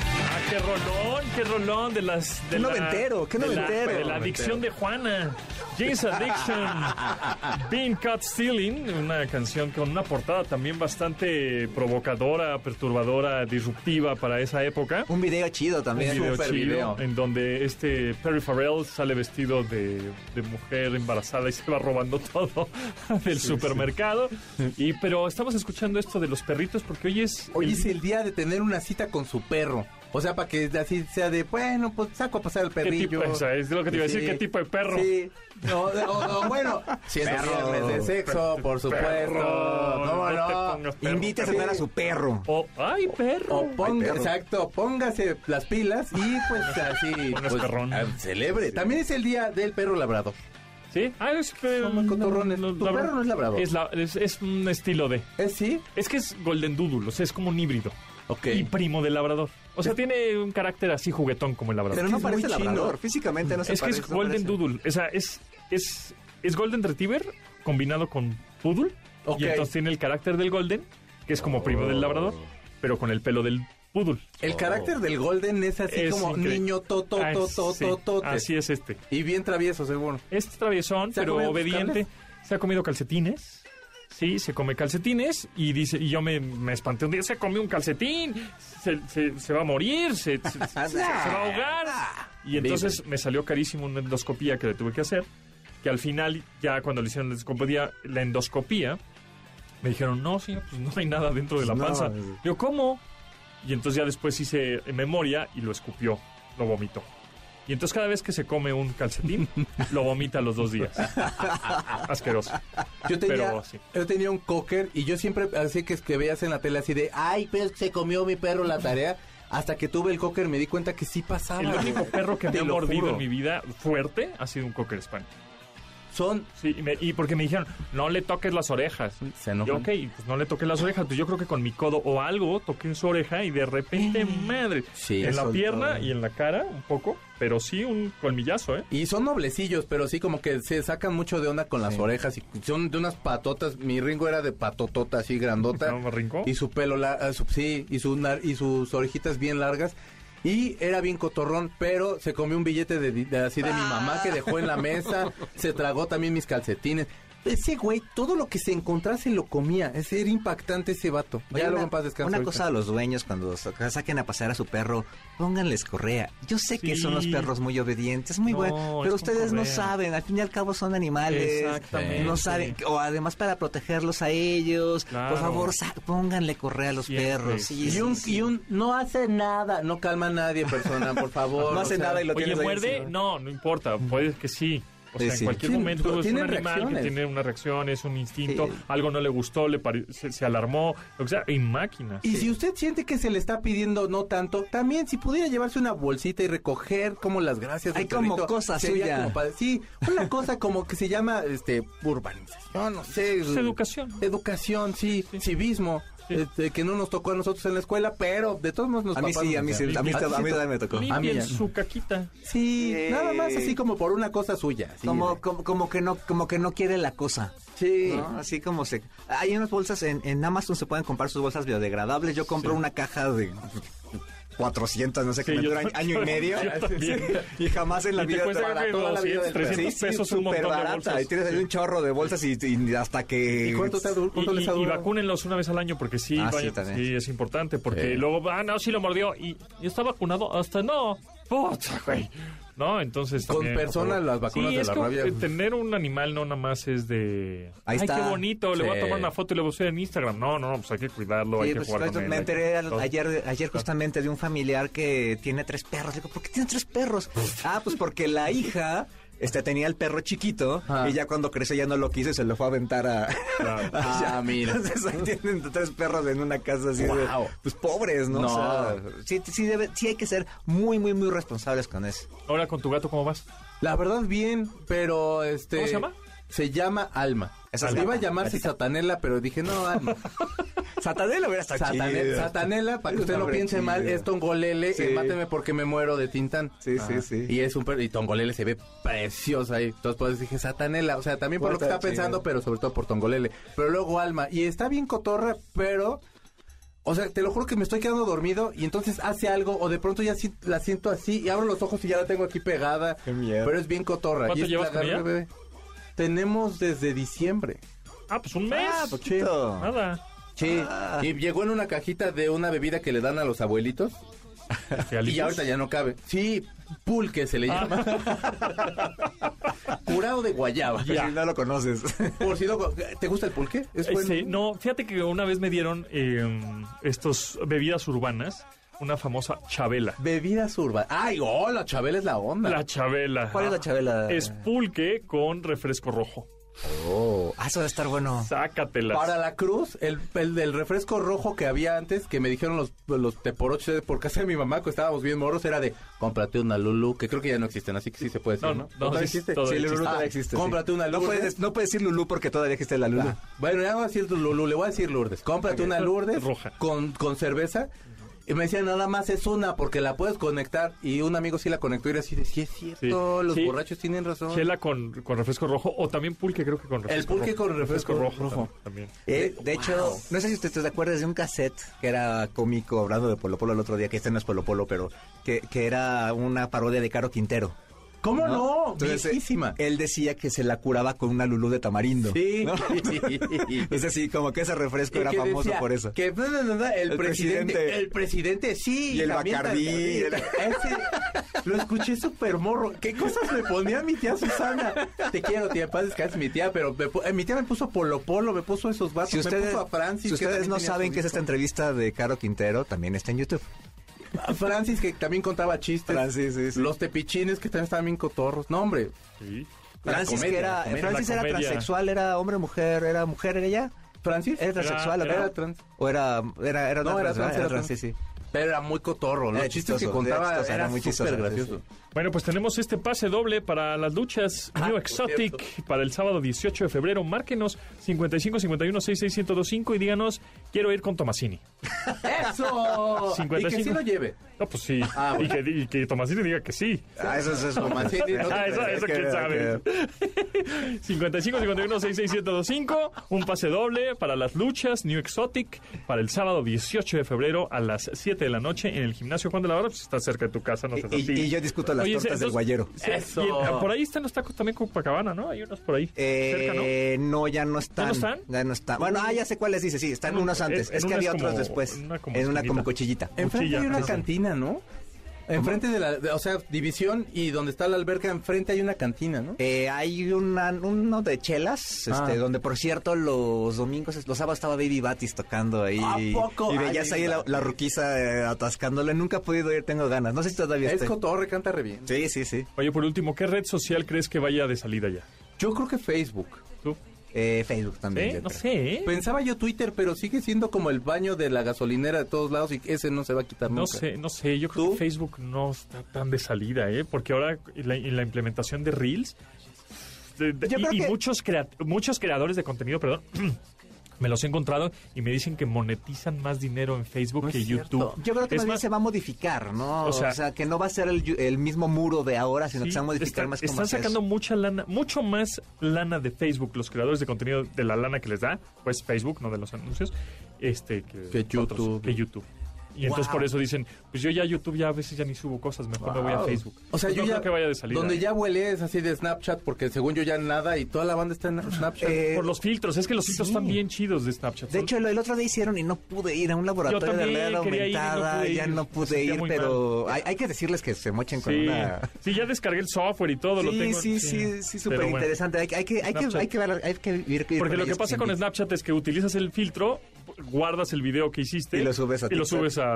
[SPEAKER 2] Ah, qué rolón, qué rolón de las. De
[SPEAKER 4] Qué
[SPEAKER 2] la-
[SPEAKER 4] noventero, qué
[SPEAKER 2] de la-
[SPEAKER 4] noventero.
[SPEAKER 2] de la adicción de Juana. James Addiction. Being Cut Stealing. Una canción con una portada también bastante provocadora, perturbadora, disruptiva para esa época.
[SPEAKER 4] Un video chido también.
[SPEAKER 2] Un video
[SPEAKER 3] super
[SPEAKER 2] chido
[SPEAKER 3] video.
[SPEAKER 2] en donde este Perry Farrell sale vestido de, de mujer embarazada y se va robando todo del supermercado. Y pero estamos escuchando esto de los perritos porque hoy es
[SPEAKER 3] Hoy
[SPEAKER 2] el-
[SPEAKER 3] es el día de tener una cita con su perro. O sea, para que así sea de, bueno, pues saco a pasar el
[SPEAKER 2] ¿Qué
[SPEAKER 3] perrillo.
[SPEAKER 2] tipo, o sea, es lo que te iba a decir,
[SPEAKER 3] Sí.
[SPEAKER 2] ¿qué tipo de perro?
[SPEAKER 3] Sí. No, o- o bueno, siendo
[SPEAKER 4] Perro.
[SPEAKER 3] viernes de sexo, por supuesto.
[SPEAKER 2] Perro,
[SPEAKER 3] ¿Cómo
[SPEAKER 2] no te
[SPEAKER 3] no?
[SPEAKER 2] pongas perro.
[SPEAKER 4] Invita a cenar a su perro.
[SPEAKER 2] O- Oh, ¡Ay, perro!
[SPEAKER 3] O ponga-
[SPEAKER 4] perro.
[SPEAKER 3] exacto, póngase las pilas y pues así
[SPEAKER 2] Pongas
[SPEAKER 3] pues,
[SPEAKER 2] perrón.
[SPEAKER 3] ah, celebre. También es el día del perro labrado.
[SPEAKER 2] ¿Sí? Ah, es que...
[SPEAKER 3] Somos cotorrones. Tu
[SPEAKER 2] la-
[SPEAKER 3] perro no es labrador.
[SPEAKER 2] Es, la- es- es un estilo de...
[SPEAKER 3] ¿Es sí?
[SPEAKER 2] Es que es Golden Doodle, o sea, es como un híbrido.
[SPEAKER 3] Ok.
[SPEAKER 2] Y primo del labrador. O sea, tiene un carácter así juguetón como el labrador.
[SPEAKER 4] Pero
[SPEAKER 3] que
[SPEAKER 4] no
[SPEAKER 3] es
[SPEAKER 4] parece
[SPEAKER 3] muy chino.
[SPEAKER 4] labrador, físicamente no se
[SPEAKER 2] es que
[SPEAKER 4] parece.
[SPEAKER 2] es
[SPEAKER 4] no
[SPEAKER 2] Golden
[SPEAKER 4] parece.
[SPEAKER 2] Doodle. O sea, es, es, es Golden Retriever combinado con Doodle.
[SPEAKER 3] Ok. Oh.
[SPEAKER 2] Y entonces tiene el carácter del Golden, que es como primo del labrador. pero con el pelo del poodle.
[SPEAKER 3] El carácter del Golden es así
[SPEAKER 2] Es
[SPEAKER 3] como
[SPEAKER 2] increíble.
[SPEAKER 3] niño toto,
[SPEAKER 2] Ah,
[SPEAKER 3] toto,
[SPEAKER 2] sí,
[SPEAKER 3] totote.
[SPEAKER 2] Así es este.
[SPEAKER 3] Y bien travieso, seguro.
[SPEAKER 2] Este traviesón,
[SPEAKER 3] ¿Se ha
[SPEAKER 2] pero
[SPEAKER 3] comido tus
[SPEAKER 2] obediente. Se ha comido calcetines. Sí, se come calcetines y dice, y yo me, me espanté un día, se comió un calcetín, se, se- se va a morir, se, se- se- se- se va a ahogar. Y entonces me salió carísimo una endoscopía que le tuve que hacer, que al final, ya cuando le hicieron la endoscopía, la endoscopía me dijeron, no, señor, pues no hay nada dentro de la
[SPEAKER 4] No.
[SPEAKER 2] panza. Yo, ¿cómo? Y entonces ya después hice en memoria y lo escupió, lo vomitó. Y entonces cada vez que se come un calcetín, lo vomita a los dos días. Asqueroso.
[SPEAKER 3] Yo tenía,
[SPEAKER 2] Pero sí.
[SPEAKER 3] yo tenía un cocker y yo siempre así que, que veías en la tele así de, ay, pero se comió mi perro la tarea. Hasta que tuve el cocker me di cuenta que sí pasaba.
[SPEAKER 2] El único
[SPEAKER 3] güey.
[SPEAKER 2] perro que me
[SPEAKER 3] Ah, Te
[SPEAKER 2] ha
[SPEAKER 3] lo
[SPEAKER 2] mordido
[SPEAKER 3] juro.
[SPEAKER 2] en mi vida fuerte ha sido un cocker spaniel.
[SPEAKER 3] Son...
[SPEAKER 2] Sí, y, me- y porque me dijeron, no le toques las orejas.
[SPEAKER 3] Se enojan.
[SPEAKER 2] Yo, ok, pues no le toques las orejas. Pues yo creo que con mi codo o algo toqué en su oreja y de repente, madre,
[SPEAKER 3] Eh, Sí,
[SPEAKER 2] en la
[SPEAKER 3] soltó.
[SPEAKER 2] pierna y en la cara un poco, pero sí un colmillazo, ¿eh?
[SPEAKER 3] Y son noblecillos, pero sí como que se sacan mucho de onda con las orejas y son de unas patotas. Mi Ringo era de patotota así grandota.
[SPEAKER 2] ¿No, Ringo?
[SPEAKER 3] Y su pelo, lar- ah, su- sí, y, su nar- y sus orejitas bien largas. Y era bien cotorrón, pero se comió un billete de, di- de- así de mi mamá que dejó en la mesa. Se tragó también mis calcetines. Ese güey, todo lo que se encontrase lo comía. Ese era impactante ese vato.
[SPEAKER 4] Oye,
[SPEAKER 3] ya
[SPEAKER 4] una,
[SPEAKER 3] lo en paz descanse
[SPEAKER 4] una
[SPEAKER 3] ahorita.
[SPEAKER 4] cosa a los dueños cuando sa- saquen a pasear a su perro, pónganles correa. Yo sé que son los
[SPEAKER 2] Sí.
[SPEAKER 4] perros muy obedientes, muy
[SPEAKER 2] No,
[SPEAKER 4] buenos,
[SPEAKER 2] es
[SPEAKER 4] pero
[SPEAKER 2] con
[SPEAKER 4] ustedes no
[SPEAKER 2] correa.
[SPEAKER 4] saben, al fin y al cabo son animales.
[SPEAKER 2] Exactamente.
[SPEAKER 4] No saben, o además para protegerlos a ellos,
[SPEAKER 2] Claro.
[SPEAKER 4] por favor, sa- pónganle correa a los
[SPEAKER 2] Siempre,
[SPEAKER 4] perros. Sí,
[SPEAKER 3] Y
[SPEAKER 4] sí,
[SPEAKER 3] un,
[SPEAKER 4] sí.
[SPEAKER 3] y un no hace nada, no calma a nadie, persona, por favor.
[SPEAKER 4] No
[SPEAKER 3] o
[SPEAKER 4] hace
[SPEAKER 3] sea,
[SPEAKER 4] nada y lo
[SPEAKER 2] Oye,
[SPEAKER 4] tienes ahí
[SPEAKER 2] ¿muerde?
[SPEAKER 4] encima.
[SPEAKER 2] No, no importa, puede que sí. O
[SPEAKER 4] Sí,
[SPEAKER 2] sea,
[SPEAKER 4] sí.
[SPEAKER 2] en cualquier
[SPEAKER 3] Mm. Sí, pero
[SPEAKER 2] momento es un
[SPEAKER 3] tienen
[SPEAKER 2] animal
[SPEAKER 3] reacciones.
[SPEAKER 2] que tiene una reacción, es un instinto,
[SPEAKER 4] Sí.
[SPEAKER 2] algo no le gustó, le pare- se, se alarmó, lo que sea, y máquinas.
[SPEAKER 3] Y si usted siente que se le está pidiendo no tanto, también si pudiera llevarse una bolsita y recoger como las gracias del
[SPEAKER 4] Hay como
[SPEAKER 3] perrito,
[SPEAKER 4] cosa
[SPEAKER 3] sería
[SPEAKER 4] suya.
[SPEAKER 3] como padre. sí, una cosa como que se llama este urbanización, no sé,
[SPEAKER 2] Es educación.
[SPEAKER 3] educación, sí, civismo,
[SPEAKER 2] Sí.
[SPEAKER 3] este, que no nos tocó a nosotros en la escuela, pero de todos modos nos
[SPEAKER 4] A mí
[SPEAKER 3] papás
[SPEAKER 4] sí,
[SPEAKER 3] nos
[SPEAKER 4] a mí sí, a mí,
[SPEAKER 3] enseñaron.
[SPEAKER 4] a mí también me tocó.
[SPEAKER 3] A mí
[SPEAKER 2] Limpien
[SPEAKER 3] ya.
[SPEAKER 2] su caquita.
[SPEAKER 3] Sí,
[SPEAKER 4] Eh.
[SPEAKER 3] nada más así como por una cosa suya. así
[SPEAKER 4] Como,
[SPEAKER 3] de-
[SPEAKER 4] como, como que no, como que no quiere la cosa.
[SPEAKER 3] sí.
[SPEAKER 4] ¿no? Así como se... Hay unas bolsas, en, en Amazon se pueden comprar sus bolsas biodegradables. Yo compro una caja de 400, no sé qué,
[SPEAKER 2] Sí,
[SPEAKER 4] me
[SPEAKER 2] yo-
[SPEAKER 4] dura año y medio.
[SPEAKER 2] yo también.
[SPEAKER 4] y jamás en la
[SPEAKER 2] Y te
[SPEAKER 4] vida...
[SPEAKER 2] cuesta
[SPEAKER 4] para
[SPEAKER 2] creo que
[SPEAKER 4] toda la vida
[SPEAKER 2] 200,
[SPEAKER 4] del perro.
[SPEAKER 2] 300 pesos un montón de
[SPEAKER 4] superbarata.
[SPEAKER 2] bolsas.
[SPEAKER 4] Y tienes ahí un chorro de bolsas y, y hasta que...
[SPEAKER 3] ¿Y cuánto, te ha dur-
[SPEAKER 2] Y,
[SPEAKER 3] cuánto
[SPEAKER 2] y-
[SPEAKER 3] les ha
[SPEAKER 2] y
[SPEAKER 3] durado?
[SPEAKER 2] vacúnenlos una vez al año porque sí,
[SPEAKER 4] Ah, sí,
[SPEAKER 2] vaya,
[SPEAKER 4] también.
[SPEAKER 2] sí, es importante porque
[SPEAKER 3] Sí.
[SPEAKER 2] luego, ah, no, sí lo mordió y, y está vacunado, hasta no, puta, güey. No, entonces...
[SPEAKER 3] Con
[SPEAKER 2] también, por
[SPEAKER 3] personas
[SPEAKER 2] favor.
[SPEAKER 3] las vacunas
[SPEAKER 2] Sí,
[SPEAKER 3] de
[SPEAKER 2] es
[SPEAKER 3] la
[SPEAKER 2] que,
[SPEAKER 3] rabia.
[SPEAKER 2] eh, tener un animal no nada más es de...
[SPEAKER 4] Ahí está.
[SPEAKER 2] Ay, qué bonito, le voy
[SPEAKER 3] Sí.
[SPEAKER 2] a tomar una foto y le voy a subir en Instagram. No, no, no, pues hay que cuidarlo, hay
[SPEAKER 4] Sí,
[SPEAKER 2] que
[SPEAKER 4] pues,
[SPEAKER 2] jugar
[SPEAKER 4] pues,
[SPEAKER 2] con él,
[SPEAKER 4] me
[SPEAKER 2] hay que-
[SPEAKER 4] enteré al-
[SPEAKER 2] todo.
[SPEAKER 4] ayer, ayer justamente de un familiar que tiene tres perros. Digo, ¿por qué tiene tres perros? Ah, pues porque la hija este, tenía el perro chiquito
[SPEAKER 3] Ah.
[SPEAKER 4] y ya cuando creció ya no lo quiso y se lo fue a aventar a...
[SPEAKER 2] Claro.
[SPEAKER 3] Ah, mira.
[SPEAKER 4] Entonces ahí tienen tres perros en una casa así de...
[SPEAKER 3] Guau.
[SPEAKER 4] Pues pobres, ¿no?
[SPEAKER 3] No.
[SPEAKER 4] sí, sí, debe- sí hay que ser muy, muy, muy responsables con eso.
[SPEAKER 2] Ahora con tu gato, ¿cómo vas?
[SPEAKER 3] La verdad, bien, pero este.
[SPEAKER 2] ¿Cómo se llama?
[SPEAKER 3] Se llama Alma.
[SPEAKER 4] Esa es
[SPEAKER 3] Alma.
[SPEAKER 4] la-
[SPEAKER 3] Iba a llamarse Satanela, pero dije, no, Alma.
[SPEAKER 4] Satanela hubiera estado
[SPEAKER 3] Satane-
[SPEAKER 4] chido.
[SPEAKER 3] Satanela, para que
[SPEAKER 4] Es
[SPEAKER 3] usted
[SPEAKER 4] un
[SPEAKER 3] no
[SPEAKER 4] nombre
[SPEAKER 3] piense
[SPEAKER 4] chido.
[SPEAKER 3] mal, es Tongolele,
[SPEAKER 4] Sí.
[SPEAKER 3] en máteme porque me muero de Tintán.
[SPEAKER 4] Sí, sí, sí.
[SPEAKER 3] Y es un perro, y Tongolele se ve preciosa ahí. Entonces pues dije, Satanela, o sea, también por lo que
[SPEAKER 4] Puta
[SPEAKER 3] está pensando,
[SPEAKER 4] chido.
[SPEAKER 3] pero sobre todo por Tongolele. Pero luego Alma, y está bien cotorra, pero... O sea, te lo juro que me estoy quedando dormido y entonces hace algo o de pronto ya si- la siento así y abro los ojos y ya la tengo aquí pegada.
[SPEAKER 4] Qué miedo.
[SPEAKER 3] Pero es bien cotorra.
[SPEAKER 2] ¿Cuánto
[SPEAKER 3] y es
[SPEAKER 2] llevas con
[SPEAKER 3] la
[SPEAKER 2] ella?
[SPEAKER 3] bebé. Tenemos desde diciembre.
[SPEAKER 2] Ah, pues un mes.
[SPEAKER 4] Ah, poquito.
[SPEAKER 2] Nada.
[SPEAKER 3] Sí,
[SPEAKER 4] Ah.
[SPEAKER 3] y llegó en una cajita de una bebida que le dan a los abuelitos y ya ahorita ya no cabe. Sí, pulque se le llama. Curado de guayaba.
[SPEAKER 4] Pues, si no lo conoces.
[SPEAKER 3] Por si no, ¿te gusta el pulque? Es bueno.
[SPEAKER 2] Este, no, fíjate que una vez me dieron estas bebidas urbanas, una famosa chabela.
[SPEAKER 3] Bebidas urbanas. Ay, oh, la Chabela es la onda.
[SPEAKER 2] La chabela.
[SPEAKER 4] ¿Cuál es la chabela?
[SPEAKER 2] Es pulque con refresco rojo.
[SPEAKER 4] Oh, ah, eso debe estar bueno.
[SPEAKER 2] Sácatelas.
[SPEAKER 3] Para la cruz, el, el del refresco rojo que había antes, que me dijeron los, los teporoches por casa de mi mamá, que estábamos bien morros, era de cómprate una Lulu, que creo que ya no existen, así que sí se puede decir,
[SPEAKER 2] No,
[SPEAKER 3] ¿no?
[SPEAKER 2] no, no,
[SPEAKER 3] ¿Todavía
[SPEAKER 2] sí, todavía
[SPEAKER 4] Sí,
[SPEAKER 2] existe.
[SPEAKER 4] Lulú
[SPEAKER 3] Ah,
[SPEAKER 4] todavía existe. sí.
[SPEAKER 3] Cómprate Ah. una
[SPEAKER 4] No
[SPEAKER 3] Lourdes.
[SPEAKER 4] puedes, no puedes decir Lulú porque todavía existe la Lulú.
[SPEAKER 3] Bueno, ya no voy a decir Lulú, le voy a decir Lourdes. Cómprate una Lourdes
[SPEAKER 2] Roja.
[SPEAKER 3] Con, con cerveza. Y me decían, nada más es una, porque la puedes conectar. Y un amigo sí la conectó y era así de, sí es cierto,
[SPEAKER 2] Sí,
[SPEAKER 3] los
[SPEAKER 2] sí.
[SPEAKER 3] borrachos tienen razón.
[SPEAKER 2] Chela con, con refresco rojo o también pulque, creo que con refresco
[SPEAKER 3] pulque
[SPEAKER 2] rojo.
[SPEAKER 3] con refresco rojo.
[SPEAKER 2] También. también.
[SPEAKER 3] Eh,
[SPEAKER 4] Eh, de
[SPEAKER 3] wow.
[SPEAKER 4] hecho, no sé si usted te acuerdas de un cassette que era cómico hablando de Polo Polo el otro día, que este no es Polo Polo, pero que, que era una parodia de Caro Quintero.
[SPEAKER 3] ¿Cómo no?
[SPEAKER 4] Entonces, eh,
[SPEAKER 3] Viejísima.
[SPEAKER 4] Él decía que se la curaba con una lulú de tamarindo.
[SPEAKER 3] Sí.
[SPEAKER 4] ¿no? Es así, como que ese refresco era
[SPEAKER 3] que
[SPEAKER 4] famoso
[SPEAKER 3] decía
[SPEAKER 4] por eso.
[SPEAKER 3] Que bla, bla, bla, bla, el,
[SPEAKER 4] El
[SPEAKER 3] presidente,
[SPEAKER 4] presidente.
[SPEAKER 3] El presidente, sí.
[SPEAKER 4] Y el
[SPEAKER 3] también
[SPEAKER 4] Bacardí,
[SPEAKER 3] Bacardí.
[SPEAKER 4] el-
[SPEAKER 3] Ese, lo escuché súper morro. ¿Qué cosas le ponía a mi tía Susana? Te quiero, tía. Paz, que es mi tía, pero me pu- eh, mi tía me puso Polo Polo, me puso esos vasos,
[SPEAKER 4] Si
[SPEAKER 3] me
[SPEAKER 4] ustedes,
[SPEAKER 3] puso a Francis.
[SPEAKER 4] si
[SPEAKER 3] que
[SPEAKER 4] ustedes
[SPEAKER 3] también
[SPEAKER 4] no
[SPEAKER 3] tenía
[SPEAKER 4] saben
[SPEAKER 3] su
[SPEAKER 4] que es esta
[SPEAKER 3] disco.
[SPEAKER 4] entrevista de Caro Quintero, también está en YouTube.
[SPEAKER 3] A Francis, que también contaba chistes.
[SPEAKER 4] Francis, sí, sí.
[SPEAKER 3] Los tepichines, que también estaban bien cotorros. No, hombre.
[SPEAKER 2] Sí.
[SPEAKER 3] La
[SPEAKER 4] Francis,
[SPEAKER 3] comedia,
[SPEAKER 4] que era,
[SPEAKER 3] la comedia,
[SPEAKER 4] Francis
[SPEAKER 2] la
[SPEAKER 4] era
[SPEAKER 2] comedia.
[SPEAKER 4] transexual, era hombre, mujer, era mujer, era ella.
[SPEAKER 3] ¿Francis?
[SPEAKER 4] Era transexual,
[SPEAKER 2] Era-
[SPEAKER 4] ¿o no?
[SPEAKER 3] era trans.
[SPEAKER 4] O era, era, era,
[SPEAKER 3] No,
[SPEAKER 4] una
[SPEAKER 3] era
[SPEAKER 4] trans,
[SPEAKER 3] trans,
[SPEAKER 4] ¿verdad?
[SPEAKER 3] era trans.
[SPEAKER 4] sí, sí.
[SPEAKER 3] Pero era muy cotorro. Los
[SPEAKER 4] Era
[SPEAKER 3] chistes
[SPEAKER 4] chistoso,
[SPEAKER 3] que
[SPEAKER 4] era
[SPEAKER 3] contaba
[SPEAKER 4] chistoso,
[SPEAKER 3] era,
[SPEAKER 4] era muy chistoso,
[SPEAKER 3] súper
[SPEAKER 4] sí,
[SPEAKER 3] gracioso.
[SPEAKER 4] sí.
[SPEAKER 2] Bueno, pues tenemos este pase doble para las luchas
[SPEAKER 3] Ah,
[SPEAKER 2] New
[SPEAKER 3] por
[SPEAKER 2] Exotic
[SPEAKER 3] cierto.
[SPEAKER 2] para el sábado 18 de febrero. Márquenos 55 51 66 125 y díganos, quiero ir con Tomasini.
[SPEAKER 3] ¡Eso! Y que sí
[SPEAKER 2] 55.
[SPEAKER 3] lo lleve.
[SPEAKER 2] No, pues sí.
[SPEAKER 3] Ah, bueno.
[SPEAKER 2] y, que, y que Tomasini diga que sí.
[SPEAKER 4] Ah, eso, eso es como
[SPEAKER 3] Tomasini, ¿no?
[SPEAKER 2] Ah, eso, eso quién sabe. 55 51 66 125, un pase doble para las luchas New Exotic para el sábado 18 de febrero a las 7 de la noche en el gimnasio Juan de la Barra. Pues está cerca de tu casa, no te
[SPEAKER 4] Y, y- y yo discuto las
[SPEAKER 2] Oye,
[SPEAKER 4] tortas
[SPEAKER 2] entonces-
[SPEAKER 4] del guayero.
[SPEAKER 2] Sí,
[SPEAKER 3] Eso.
[SPEAKER 2] y, ah, por ahí están los tacos también con Pacabana, ¿no? Hay unos por ahí. cerca, ¿no?
[SPEAKER 4] Eh, ¿no? ya no están.
[SPEAKER 2] ¿Ya no están?
[SPEAKER 4] Ya no están. Bueno, ah, ya sé cuáles dice, sí, están
[SPEAKER 2] No,
[SPEAKER 4] unos antes.
[SPEAKER 2] en- en
[SPEAKER 4] es que
[SPEAKER 2] una
[SPEAKER 4] había
[SPEAKER 2] es
[SPEAKER 4] otros
[SPEAKER 2] como-
[SPEAKER 4] después.
[SPEAKER 2] en una como
[SPEAKER 4] en una como
[SPEAKER 2] esquinita.
[SPEAKER 4] cochillita.
[SPEAKER 3] Enfrente
[SPEAKER 2] Cuchilla,
[SPEAKER 3] hay una
[SPEAKER 2] ajá.
[SPEAKER 3] cantina, ¿no? Enfrente de la, de- o sea, división y donde está la alberca, enfrente hay una cantina, ¿no?
[SPEAKER 4] Eh, hay una, uno de chelas,
[SPEAKER 3] Ah.
[SPEAKER 4] este, donde por cierto los domingos, los sábados estaba Baby Batis tocando ahí.
[SPEAKER 3] ¿A poco?
[SPEAKER 4] Y
[SPEAKER 3] Ay,
[SPEAKER 4] veías
[SPEAKER 3] Baby
[SPEAKER 4] ahí la,
[SPEAKER 3] Batis.
[SPEAKER 4] la ruquiza eh, atascándola. Nunca he podido ir, tengo ganas. No sé si todavía
[SPEAKER 3] es
[SPEAKER 4] está.
[SPEAKER 3] cotorre, canta re bien.
[SPEAKER 4] Sí, sí, sí.
[SPEAKER 2] Oye, por último, ¿qué red social crees que vaya de salida ya?
[SPEAKER 3] Yo creo que Facebook.
[SPEAKER 2] ¿Tú?
[SPEAKER 4] Eh, Facebook también.
[SPEAKER 2] ¿Eh?
[SPEAKER 4] yo
[SPEAKER 2] No
[SPEAKER 4] creo.
[SPEAKER 2] sé, ¿eh?
[SPEAKER 3] Pensaba yo Twitter, pero sigue siendo como el baño de la gasolinera de todos lados y ese no se va a quitar
[SPEAKER 2] No
[SPEAKER 3] nunca.
[SPEAKER 2] sé, no sé. Yo creo
[SPEAKER 3] ¿Tú?
[SPEAKER 2] que Facebook no está tan de salida, ¿eh? Porque ahora en la, en la implementación de Reels de- de-
[SPEAKER 4] Yo creo
[SPEAKER 2] y, y
[SPEAKER 4] que-
[SPEAKER 2] muchos, crea- muchos creadores de contenido, perdón, me los he encontrado y me dicen que monetizan más dinero en Facebook
[SPEAKER 3] No es
[SPEAKER 2] que
[SPEAKER 3] cierto.
[SPEAKER 2] YouTube.
[SPEAKER 4] Yo creo que
[SPEAKER 2] Es
[SPEAKER 4] más bien
[SPEAKER 2] más,
[SPEAKER 4] se va a modificar, ¿no?
[SPEAKER 2] O
[SPEAKER 4] O
[SPEAKER 2] sea-
[SPEAKER 4] sea, que no va a ser el, yu- el mismo muro de ahora, sino
[SPEAKER 2] Sí,
[SPEAKER 4] que se va a modificar
[SPEAKER 2] está-
[SPEAKER 4] más como
[SPEAKER 2] están
[SPEAKER 4] hacia
[SPEAKER 2] sacando
[SPEAKER 4] eso.
[SPEAKER 2] mucha lana, mucho más lana de Facebook, los creadores de contenido de la lana que les da, pues Facebook, no de los anuncios, este que,
[SPEAKER 3] Que YouTube.
[SPEAKER 2] que YouTube. Y entonces
[SPEAKER 4] Wow.
[SPEAKER 2] por eso dicen, pues yo ya YouTube ya a veces ya ni subo cosas, mejor me voy a
[SPEAKER 3] Wow.
[SPEAKER 2] Facebook.
[SPEAKER 3] O sea,
[SPEAKER 2] Pues
[SPEAKER 3] yo
[SPEAKER 2] no
[SPEAKER 3] ya
[SPEAKER 2] creo que vaya de salida.
[SPEAKER 3] donde
[SPEAKER 2] ¿eh?
[SPEAKER 3] ya huele es así de Snapchat porque según yo ya nada y toda la banda está en Snapchat.
[SPEAKER 4] Eh,
[SPEAKER 2] por los filtros, es que los filtros
[SPEAKER 4] sí.
[SPEAKER 2] están bien chidos de Snapchat.
[SPEAKER 4] De hecho, el, el otro día hicieron y no pude ir a un laboratorio
[SPEAKER 2] Yo también
[SPEAKER 4] de realidad
[SPEAKER 2] quería ir y no
[SPEAKER 4] aumentada.
[SPEAKER 2] pude ir.
[SPEAKER 4] ya no
[SPEAKER 2] Me
[SPEAKER 4] pude
[SPEAKER 2] sentía
[SPEAKER 4] ir,
[SPEAKER 2] muy
[SPEAKER 4] pero hay, hay que decirles que se mochen con
[SPEAKER 2] sí.
[SPEAKER 4] una.
[SPEAKER 2] Sí, ya descargué el software y todo, lo
[SPEAKER 4] Sí,
[SPEAKER 2] tengo.
[SPEAKER 4] sí, sí, sí,
[SPEAKER 2] Pero
[SPEAKER 4] súper
[SPEAKER 2] bueno.
[SPEAKER 4] interesante. Hay, hay que, hay, que,
[SPEAKER 2] Snapchat.
[SPEAKER 4] hay, que ver- hay que vivir. con
[SPEAKER 2] Porque lo que
[SPEAKER 4] ellos
[SPEAKER 2] pasa
[SPEAKER 4] sin
[SPEAKER 2] con
[SPEAKER 4] miedo.
[SPEAKER 2] Snapchat es que utilizas el filtro, guardas el video que hiciste
[SPEAKER 4] Y lo subes a
[SPEAKER 2] y lo
[SPEAKER 4] TikTok.
[SPEAKER 2] subes a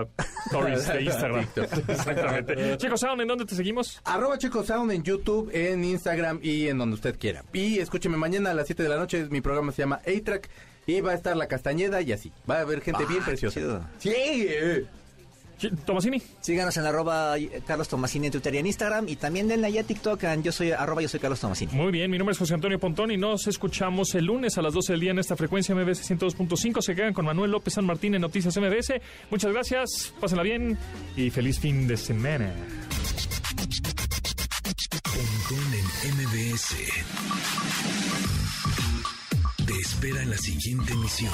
[SPEAKER 2] stories de Instagram.
[SPEAKER 3] TikTok.
[SPEAKER 2] Exactamente. Chicos, ¿saben en dónde te seguimos?
[SPEAKER 3] Arroba Checo Sound en YouTube, en Instagram y en donde usted quiera. Y escúcheme mañana a las 7 de la noche, mi programa se llama A-Track y va a estar la Castañeda y así. Va a haber gente
[SPEAKER 4] Ah,
[SPEAKER 3] bien
[SPEAKER 4] qué
[SPEAKER 3] preciosa.
[SPEAKER 4] chido.
[SPEAKER 3] Sí. eh.
[SPEAKER 2] Tomasini.
[SPEAKER 4] Síganos en arroba eh, Carlos Tomasini en Twitter y en Instagram. Y también denle ahí a TikTok. en Yo soy arroba, yo soy Carlos Tomasini.
[SPEAKER 2] Muy bien, mi nombre es José Antonio Pontón y nos escuchamos el lunes a las 12 del día en esta frecuencia MBS 102.5. Se quedan con Manuel López San Martín en Noticias MBS. Muchas gracias, pásenla bien y feliz fin de semana.
[SPEAKER 1] Pontón en MBS. Te espera en la siguiente emisión.